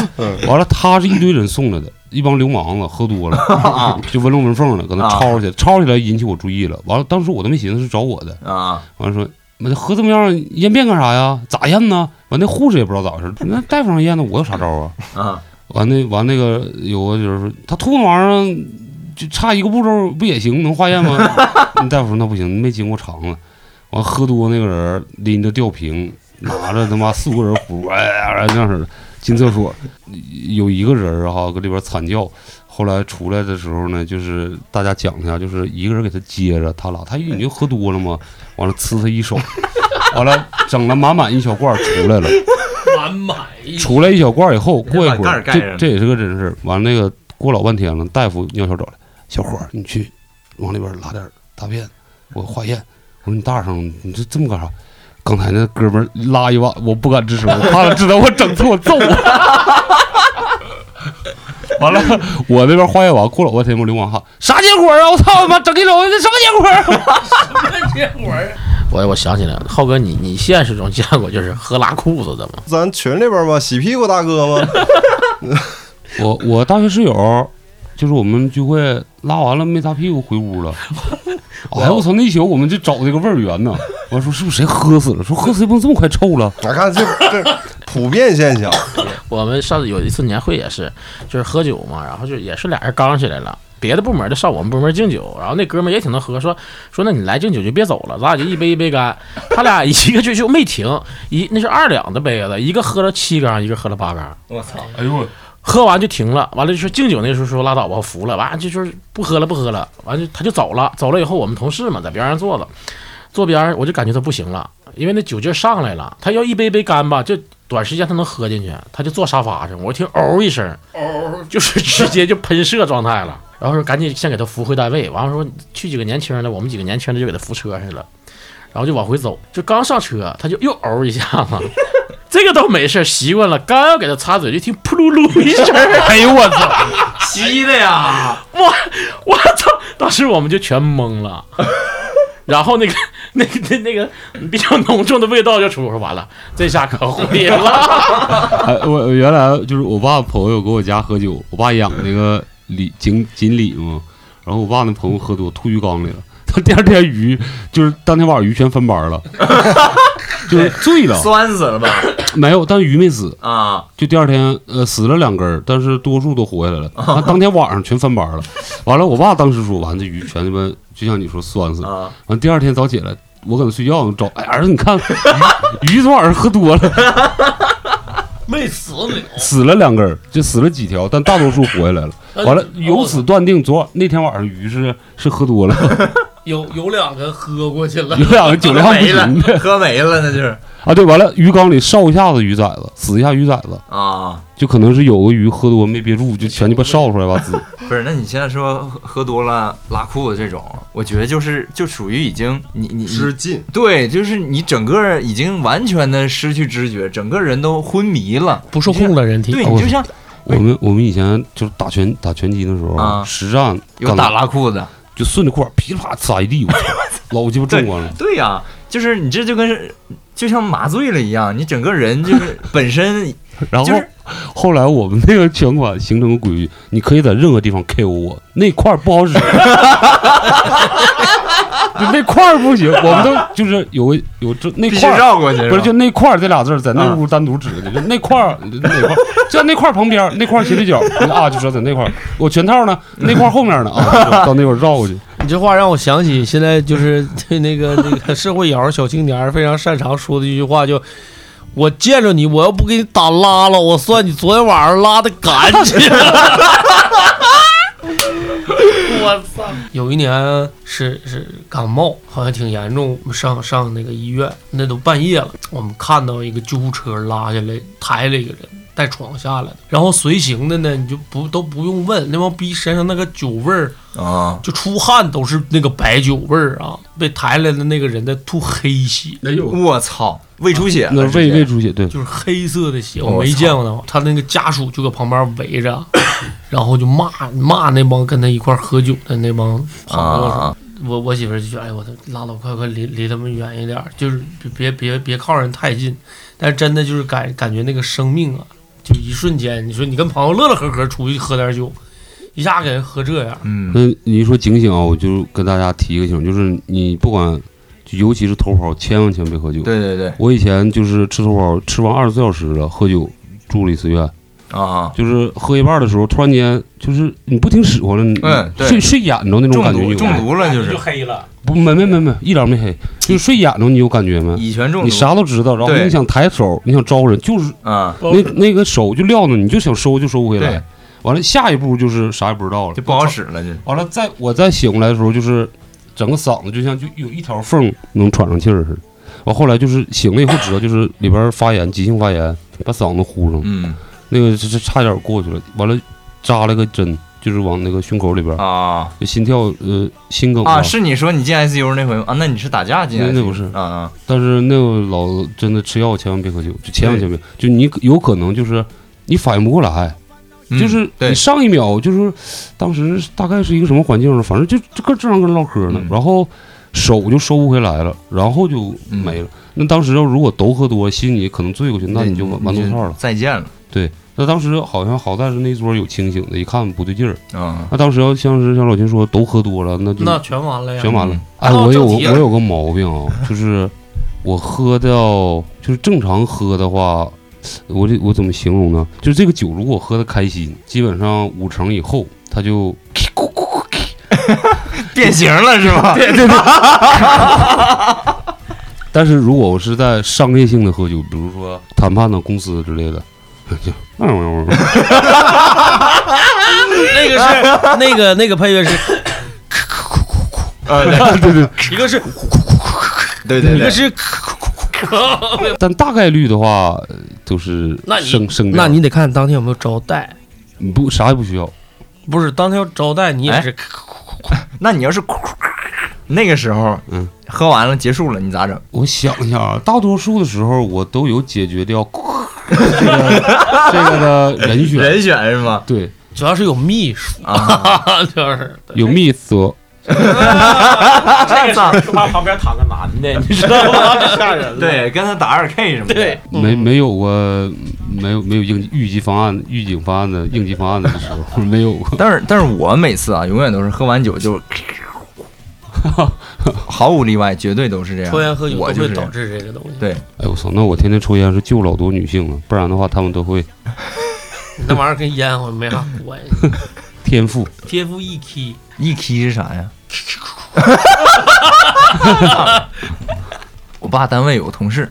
S5: 完了，他是一堆人送来的，一帮流氓子喝多了， 就纹龙纹凤的，搁那
S3: 啊
S5: 吵起来，吵起来引起我注意了。完了，当时我都没寻思是找我的，
S3: 啊，
S5: 完了说，那喝这么样验便干啥呀？咋验呢？完那护士也不知道咋回事，那大夫让验的，我有啥招啊？
S3: 啊，
S5: 完那完那个有个就是说他吐那玩意儿就差一个步骤不也行？能化验吗？ 那大夫说那不行，没经过肠子。完喝多那个人拎着吊瓶，拿着他妈四五个人壶，哎呀哎呀那样似的进厕所，有一个人儿哈搁里边惨叫。后来出来的时候呢，就是大家讲一下，就是一个人给他接着他俩，他以为你就喝多了嘛，完了呲他一手，完了整了满满一小罐儿出来了。
S2: 满满一
S5: 出来一小罐儿以后，过一
S3: 把
S5: 会
S3: 盖
S5: 儿
S3: 儿，盖
S5: 这
S3: 上
S5: 这也是个真事儿。完了那个过老半天了，大夫尿小找来，小伙儿，你去往里边拉点儿大便，我化验。我说你大声，你这这么干啥？刚才那哥们儿拉一把，我不敢吱声，我怕他知道我整错，我揍我。 完了，我那边化验完，过老半天，我流氓哈，啥结果啊？我操他妈，整一整，这什么结果啊？
S4: 我我想起来了，浩哥，你你现实中见过就是喝拉裤子的吗？
S1: 咱群里边嘛，洗屁股大哥嘛，
S5: 我我大学室友，就是我们聚会拉完了没擦屁股回屋 了。哎我操！那一宿我们就找这个味儿源呢。我说是不是谁喝死了？说喝死不这么快臭了？
S1: 我看这这普遍现象，
S4: 我们上次有一次年会也是，就是喝酒嘛，然后就也是俩人刚起来了，别的部门的上我们部门敬酒，然后那哥们儿也挺能喝，说说那你来敬酒就别走了，咱俩就一杯一杯干。他俩一个就就没停，一那是二两的杯子，一个喝了七缸，一个喝了八缸，
S3: 我操，
S5: 哎呦，
S4: 喝完就停了。完了就是敬酒那时候说拉倒吧，我服了，完了就就是不喝了不喝了，完了就他就走了，走了以后我们同事嘛在边上坐着，坐边儿我就感觉他不行了，因为那酒劲儿上来了，他要一杯杯干吧，就短时间他能喝进去，他就坐沙发上，我听嗷一声，嗷 就是直接就喷射状态了，然后说赶紧先给他扶回单位，完了说去几个年轻的，我们几个年轻的就给他扶车上去了。然后就往回走，就刚上车，他就又嗷一下子， 这个倒没事儿，习惯了。刚要给他擦嘴，就听扑噜噜一声儿，哎呦我操！
S3: 吸的呀，
S4: 我我操！当时我们就全懵了， 然后那个那个那那个比较浓重的味道就出，我说完了，这下可毁了。
S5: 哎，我我原来就是我爸朋友给我家喝酒，我爸养那个鲤锦锦鲤嘛，然后我爸那朋友喝多吐鱼缸里了，他第二天鱼就是当天晚上鱼全翻班了， 就是 醉了，
S3: 酸死了吧？
S5: 没有，但鱼没死，
S3: 啊，
S5: 就第二天呃死了两根儿，但是多数都活下来了。他当天晚上全翻班了，完了我爸当时说，完这鱼全他妈就像你说酸死了
S3: 啊，
S5: 完第二天早起来。我搁那睡觉呢，找哎儿子，你看鱼鱼昨晚上喝多了，
S2: 没死了，
S5: 死了两根儿，就死了几条，但大多数活下来了。完了，由此断定，昨晚那天晚上鱼是是喝多了，
S2: 有有两个喝过去了
S5: 有，两个 酒量不
S3: 没了
S5: 行 的，
S3: 喝没了那就是
S5: 啊。对，完了，鱼缸里烧一下子鱼崽子，死一下鱼崽子，
S3: 啊，
S5: 就可能是有个鱼喝多没憋住，就全鸡巴烧出来吧，滋。
S3: 不是？那你现在说喝喝多了拉裤子这种，我觉得就是就属于已经你你你
S1: 失禁，
S3: 对，就是你整个已经完全的失去知觉，整个人都昏迷了。
S2: 不受控了人体。
S3: 对
S5: 啊
S3: 你
S5: 我
S3: 就像
S5: 我们我们以前就是打拳打拳击的时候，
S3: 啊
S5: 实战
S3: 有打拉裤子，
S5: 就顺着裤管噼里啪啦撒一 地，我操，老鸡巴壮观了。
S3: 对呀、就是你这就跟是就像麻醉了一样，你整个人就是 本身
S5: 然后、
S3: 就是
S5: 后来我们那个拳馆形成个规矩，你可以在任何地方 KO 我，那块儿不 好使，就那块儿不行，我们都就是有个有这那
S3: 必须
S5: 块儿。
S3: 绕过去，
S5: 不是，
S3: 吧
S5: 就那块儿这俩字儿在那
S3: 啊
S5: 屋单独指的，就那块儿那块儿，就在那块儿旁边儿那块儿斜对角啊，就说在那块儿，我全套呢，那块儿后面呢啊，就到那块儿绕过去。
S2: 你这话让我想起现在就是 对那个那个社会眼儿小青年儿非常擅长说的一句话，就我见着你，我要不给你打拉了，我算你昨天晚上拉的干净。 我操！有一年是是感冒，好像挺严重，我们上上那个医院，那都半夜了，我们看到一个救护车拉下来抬了一个人。带床下来的，然后随行的呢，你就不都不用问，那帮逼身上那个酒味儿
S3: 啊，
S2: 就出汗都是那个白酒味儿啊，被抬来的那个人在吐黑血，
S5: 那又
S3: 我操，胃出血了，
S5: 那胃
S3: 直接
S5: 胃出血，
S3: 嗯
S5: 对，
S2: 就是黑色的血，
S3: 我
S2: 我没
S3: 操
S2: 见过呢。他那个家属就搁旁边围 着，然后就骂骂那帮跟他一块儿喝酒的那帮朋友什么
S3: 啊
S2: 的。我我媳妇儿就觉得，哎呦我操，拉倒，快快离离他们远一点儿，就是别别别别靠人太近。但是真的就是感感觉那个生命啊，就一瞬间，你说你跟朋友乐乐呵呵出去喝点酒，一下给人喝这样，
S3: 嗯，
S5: 那你一说警醒啊，我就跟大家提一个醒，就是你不管，就尤其是头孢，千万千万别喝酒。
S3: 对对对
S5: 我以前就是吃头孢，吃完二十四小时了，喝酒住了一次院，
S3: 啊，
S5: 就是喝一半的时候，突然间就是你不听使唤了，你
S3: 嗯对
S5: 睡睡眼睛那种
S3: 中
S5: 感觉
S3: 毒
S5: 有哎
S3: 中毒了就是
S7: 就黑了。
S5: 不没没没没，一点没黑，就是睡眼睛你有感觉没？
S3: 乙醛中毒，
S5: 你啥都知道，然后
S3: 对
S5: 你想抬手，你想招人，就是
S3: 啊，
S5: 那那个手就撂那，你就想收就收不回
S3: 对
S5: 来。完了，下一步就是啥也不知道了，
S3: 就不好使了就。
S5: 完了，再我再醒过来的时候，就是整个嗓子就像就有一条缝能喘上气儿似的。完后来就是醒了以后知道，就是里边发炎，急性发炎，把嗓子呼上，
S3: 嗯
S5: 那个是是差点过去了。完了，扎了个针，就是往那个胸口里边，
S3: 啊
S5: 就心跳呃心梗吧
S3: 啊！是你说你进 ICU 那回吗？啊，那你是打架进
S5: 那
S3: ICU？
S5: 那不是
S3: 啊啊
S5: 但是那个老真的吃药千万别喝酒，就千万千万别，就你有可能就是你反应不过来，
S3: 嗯
S5: 就是
S3: 对
S5: 你上一秒就是当时大概是一个什么环境呢？反正就就跟正常跟人唠嗑呢
S3: 嗯，
S5: 然后手就收不回来了，然后就没了。那当时要如果都喝多，心里可能醉过去，嗯那你就嗯完完犊子套了。
S3: 再见了。
S5: 对，那当时好像好在是那一桌有清醒的，一看不对劲儿。
S3: 啊，
S5: 那当时要像是像老秦说都喝多了，那就
S2: 那全完了呀。
S5: 全完了
S3: 嗯。
S5: 哎，
S2: 哦
S5: 我有
S2: 正题
S5: 我
S2: 了
S5: 有个毛病啊，就是我喝到就是正常喝的话，我这我怎么形容呢？就是这个酒如果喝的开心，基本上五成以后它就
S3: 变形了是吧？
S5: 但是如果我是在商业性的喝酒，比如说谈判的公司之类的，就
S2: 那个是 那个那个配乐是
S3: 啊， 对
S5: 对对，
S2: 一个是
S3: 对对
S2: 一个
S3: 对，
S2: 是，
S5: 但大概率的话呃都是
S2: 那你
S5: 生生
S2: 那你得看当天有没有招待，
S5: 你不啥也不需要，
S2: 不是当天要招待你也是
S3: 那你要是那个时候，
S5: 嗯，
S3: 喝完了结束了，你咋整？
S5: 我想一下，啊，大多数的时候我都有解决掉这个这个的人选，
S3: 人选是吗？
S5: 对，
S2: 主要是有秘书，
S3: 啊，
S2: 就是
S5: 有秘书，
S7: 这个时候就怕旁边躺个男的，你知道吗？太 吓人了。，
S3: 对，跟他打二 K 什么的。
S2: 对，
S5: 没没有过，没有没有应预计方案、预警方案的应急方 案的时候，没有过。
S3: 但是但是我每次啊，永远都是喝完酒就 毫无例外，绝对都是这样。
S2: 抽烟喝酒
S3: 我
S2: 都
S3: 就是
S2: 会
S3: 这
S2: 导
S3: 样
S2: 致这个东西。
S3: 对，
S5: 哎，我操！那我天天抽烟是救了老多女性了，不然的话他们都会
S2: 你那玩意儿跟烟好像没啥关 系。
S5: 天赋。
S2: 天赋一 k
S3: 一 k 是啥呀？ 我爸单位有个同事，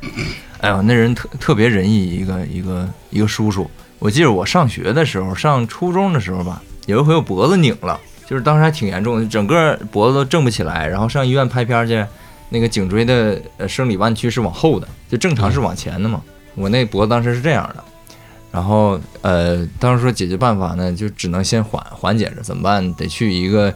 S3: 哎呦，那人特特别仁义，一个一个一个叔叔。我记得我上学的时候，上初中的时候吧，有一回我脖子拧了，就是当时还挺严重的，整个脖子都正不起来，然后上医院拍片儿去，那个颈椎的呃生理弯曲是往后的，就正常是往前的嘛。我那脖子当时是这样的，然后呃，当时说解决办法呢，就只能先缓缓解着，怎么办？得去一个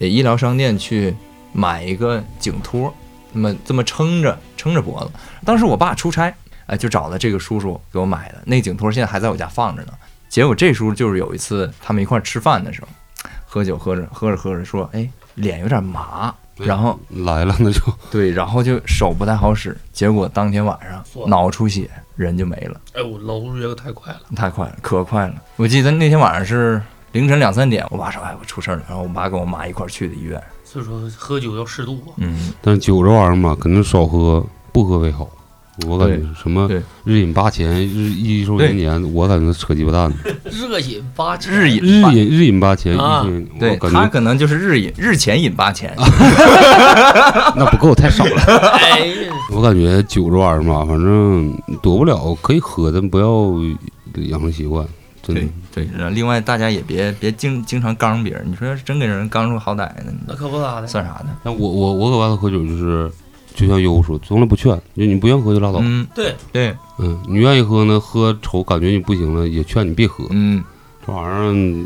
S3: 呃医疗商店去买一个颈托，那么这么撑着撑着脖子。当时我爸出差，哎、就找了这个叔叔给我买的那颈托，现在还在我家放着呢。结果这叔就是有一次他们一块儿吃饭的时候，喝酒喝着喝着喝着说，哎，脸有点麻，然后
S5: 来了，那就
S3: 对，然后就手不太好使，结果当天晚上脑出血，人就没了。
S2: 哎，我脑出血可太快了。
S3: 太快了，可快了！我记得那天晚上是凌晨两三点，我爸说：“哎，我出事儿了。”然后我妈跟我妈一块儿去的医院。
S2: 所以说喝酒要适度啊。
S3: 嗯，
S5: 但是酒这玩意儿嘛，肯定少喝，不喝为好。我感觉
S3: 对
S5: 什么
S3: 对
S5: 日饮八钱、日一抽烟年，我感觉扯鸡巴蛋。
S2: 热饮八千
S3: 日饮
S5: 日
S3: 吧
S5: 饮日饮八钱，一
S2: 啊
S5: 抽烟，我
S3: 对
S5: 感
S3: 他
S5: 觉
S3: 可能就是日饮日前饮八千，
S5: 那不够，太少了。
S2: 哎呀，
S5: 我感觉酒这玩意儿嘛，反正躲不了，可以喝，但不要养成习惯。真的
S3: 对，对。然后另外大家也别别经经常刚别人，你说要是真给人刚出好歹的，
S2: 那
S3: 那
S2: 可不咋的。
S3: 算啥呢？
S5: 但我我我搁外头喝酒就是，就像优说，从来不劝，就你不愿喝就拉倒。
S3: 嗯，
S2: 对
S3: 对，
S5: 嗯，你愿意喝呢，喝愁感觉你不行了，也劝你别喝。
S3: 嗯，
S5: 这玩意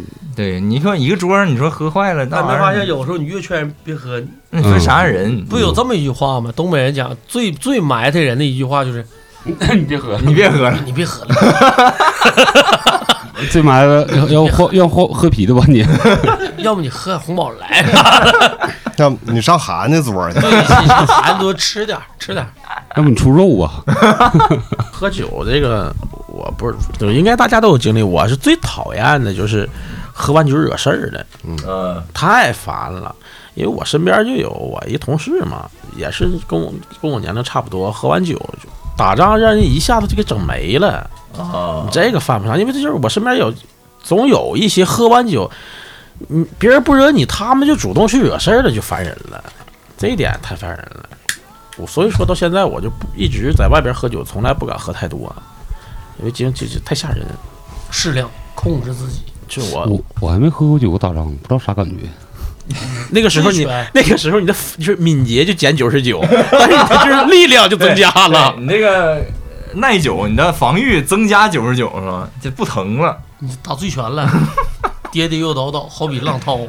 S5: 儿
S3: 对。你说一个桌儿，你说喝坏了，那
S2: 但没
S3: 玩意
S2: 发现
S3: 儿，
S2: 有时候你越劝人别喝，
S3: 你说啥人？
S2: 不有这么一句话吗？东北人讲最最埋汰人的一句话就是
S3: 你别喝了，
S2: “你别喝了
S5: 最埋的要要喝要喝喝啤的吧 你？，
S2: 要不你喝点红宝来，
S1: 要不你上韩那桌去，
S2: 孩子多吃点儿吃点儿。
S5: 要不你出肉啊？
S4: 喝酒这个，我不是，就应该大家都有经历。我是最讨厌的就是喝完酒惹事儿的，
S3: 呃，
S4: 太烦了。因为我身边就有我一同事嘛，也是跟我跟我年龄差不多，喝完酒就打仗，让人一下子就给整没了。
S3: 啊，
S4: 这个犯不上，因为这就是我身边有，总有一些喝完酒，嗯，别人不惹你，他们就主动去惹事儿了，就烦人了，这一点太烦人了。我所以说到现在，我就不一直在外边喝酒，从来不敢喝太多，啊因为这这这太吓人。
S2: 适量控制自己。
S4: 就我
S5: 我我还没喝过酒，我打仗不知道啥感觉。
S4: 那个时候
S2: 追
S4: 你
S2: 求
S4: 那个时候你的就是敏捷就减九十九， 但是你的就是力量就增加了。
S3: 你这个呃耐久，你的防御增加九十九是吧？就不疼了。
S2: 你打醉拳了，跌跌又倒倒，好比浪涛。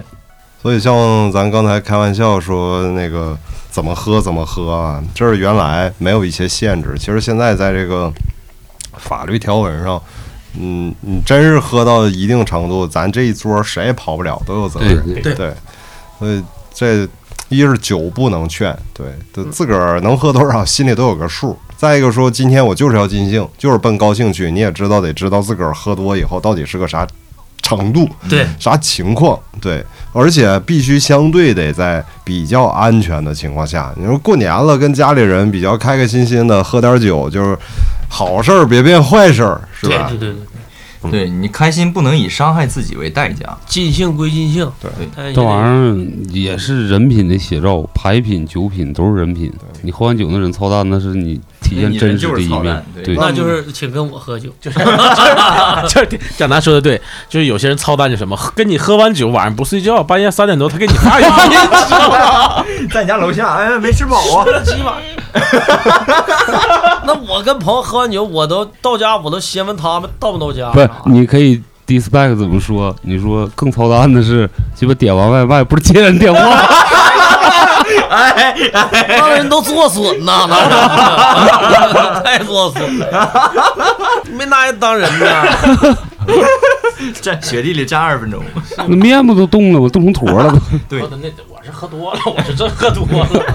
S1: 所以像咱刚才开玩笑说那个怎么喝怎么喝啊，这是原来没有一些限制，其实现在在这个法律条文上。嗯，你真是喝到一定程度，咱这一桌谁也跑不了，都有责任。
S5: 对
S2: 对
S1: 对，所以这一是酒不能劝，对，就
S2: 嗯
S1: 自个儿能喝多少心里都有个数。再一个说，今天我就是要尽兴，就是奔高兴去，你也知道得知道自个儿喝多以后到底是个啥程度，
S2: 对，
S1: 啥情况，对，而且必须相对得在比较安全的情况下。你说过年了，跟家里人比较开开心心的喝点酒，就是好事儿，别变坏事儿，是
S2: 对
S1: 吧
S2: 对？对对，
S3: 对你开心不能以伤害自己为代价。
S2: 尽兴归尽兴，
S1: 对
S2: 但
S5: 这玩意儿也是人品的写照，牌品、酒品都是人品。你喝完酒那人操蛋，那是你体现真实的
S3: 那你人
S5: 一
S3: 就是操
S5: 面
S3: 蛋。
S5: 对
S3: 对，
S2: 那就是请跟我喝酒， 就是
S4: 就是蒋楠说的对，就是有些人操蛋就什么，跟你喝完酒晚上不睡觉，半夜三点多他给你发语 音，
S3: 在你家楼下，哎，没吃饱啊？
S2: 那我跟朋友喝完酒，我都到家，我都先问他们到没到家。啊
S5: 不是，你可以 dispatch 怎么说？你说更操蛋的是，鸡巴点完外卖不是接人 电话，
S2: 那人都作损呐，那是 太作损了， 没拿人当人呢。
S3: 站雪地里站二十分钟。
S5: 那面部都冻了，我冻成坨了都。
S3: 对
S4: 我的那我是喝多了，我是真喝多了。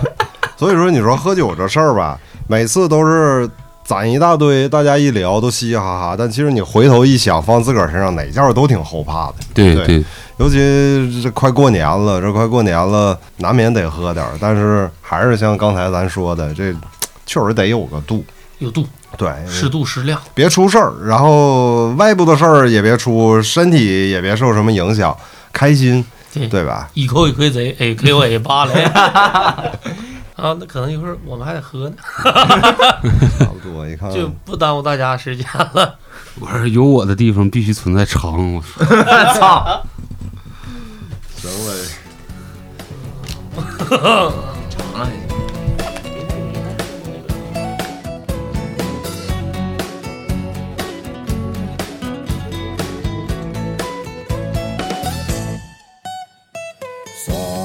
S1: 所以说，你说喝酒这事儿吧，每次都是攒一大堆，大家一哎聊都嘻嘻哈哈，但其实你回头一想，放自个儿身上哪件儿都挺后怕的。
S5: 对
S1: 对
S5: 对，
S1: 尤其这快过年了，这快过年了，难免得喝点儿，但是还是像刚才咱说的，这确实得有个度，
S2: 有度，
S1: 对，
S2: 适度适量。
S1: 别出事儿，然后外部的事儿也别出，身体也别受什么影响，开心，
S2: 对
S1: 对吧？
S2: 一口一亏贼，哎，给我一巴 雷。啊，那可能一会儿我们还得喝呢，
S1: 差不多，你看，
S2: 就不耽误大家时间了。
S5: 我说有我的地方必须存在长，我说
S3: 操，
S1: 行了，
S8: So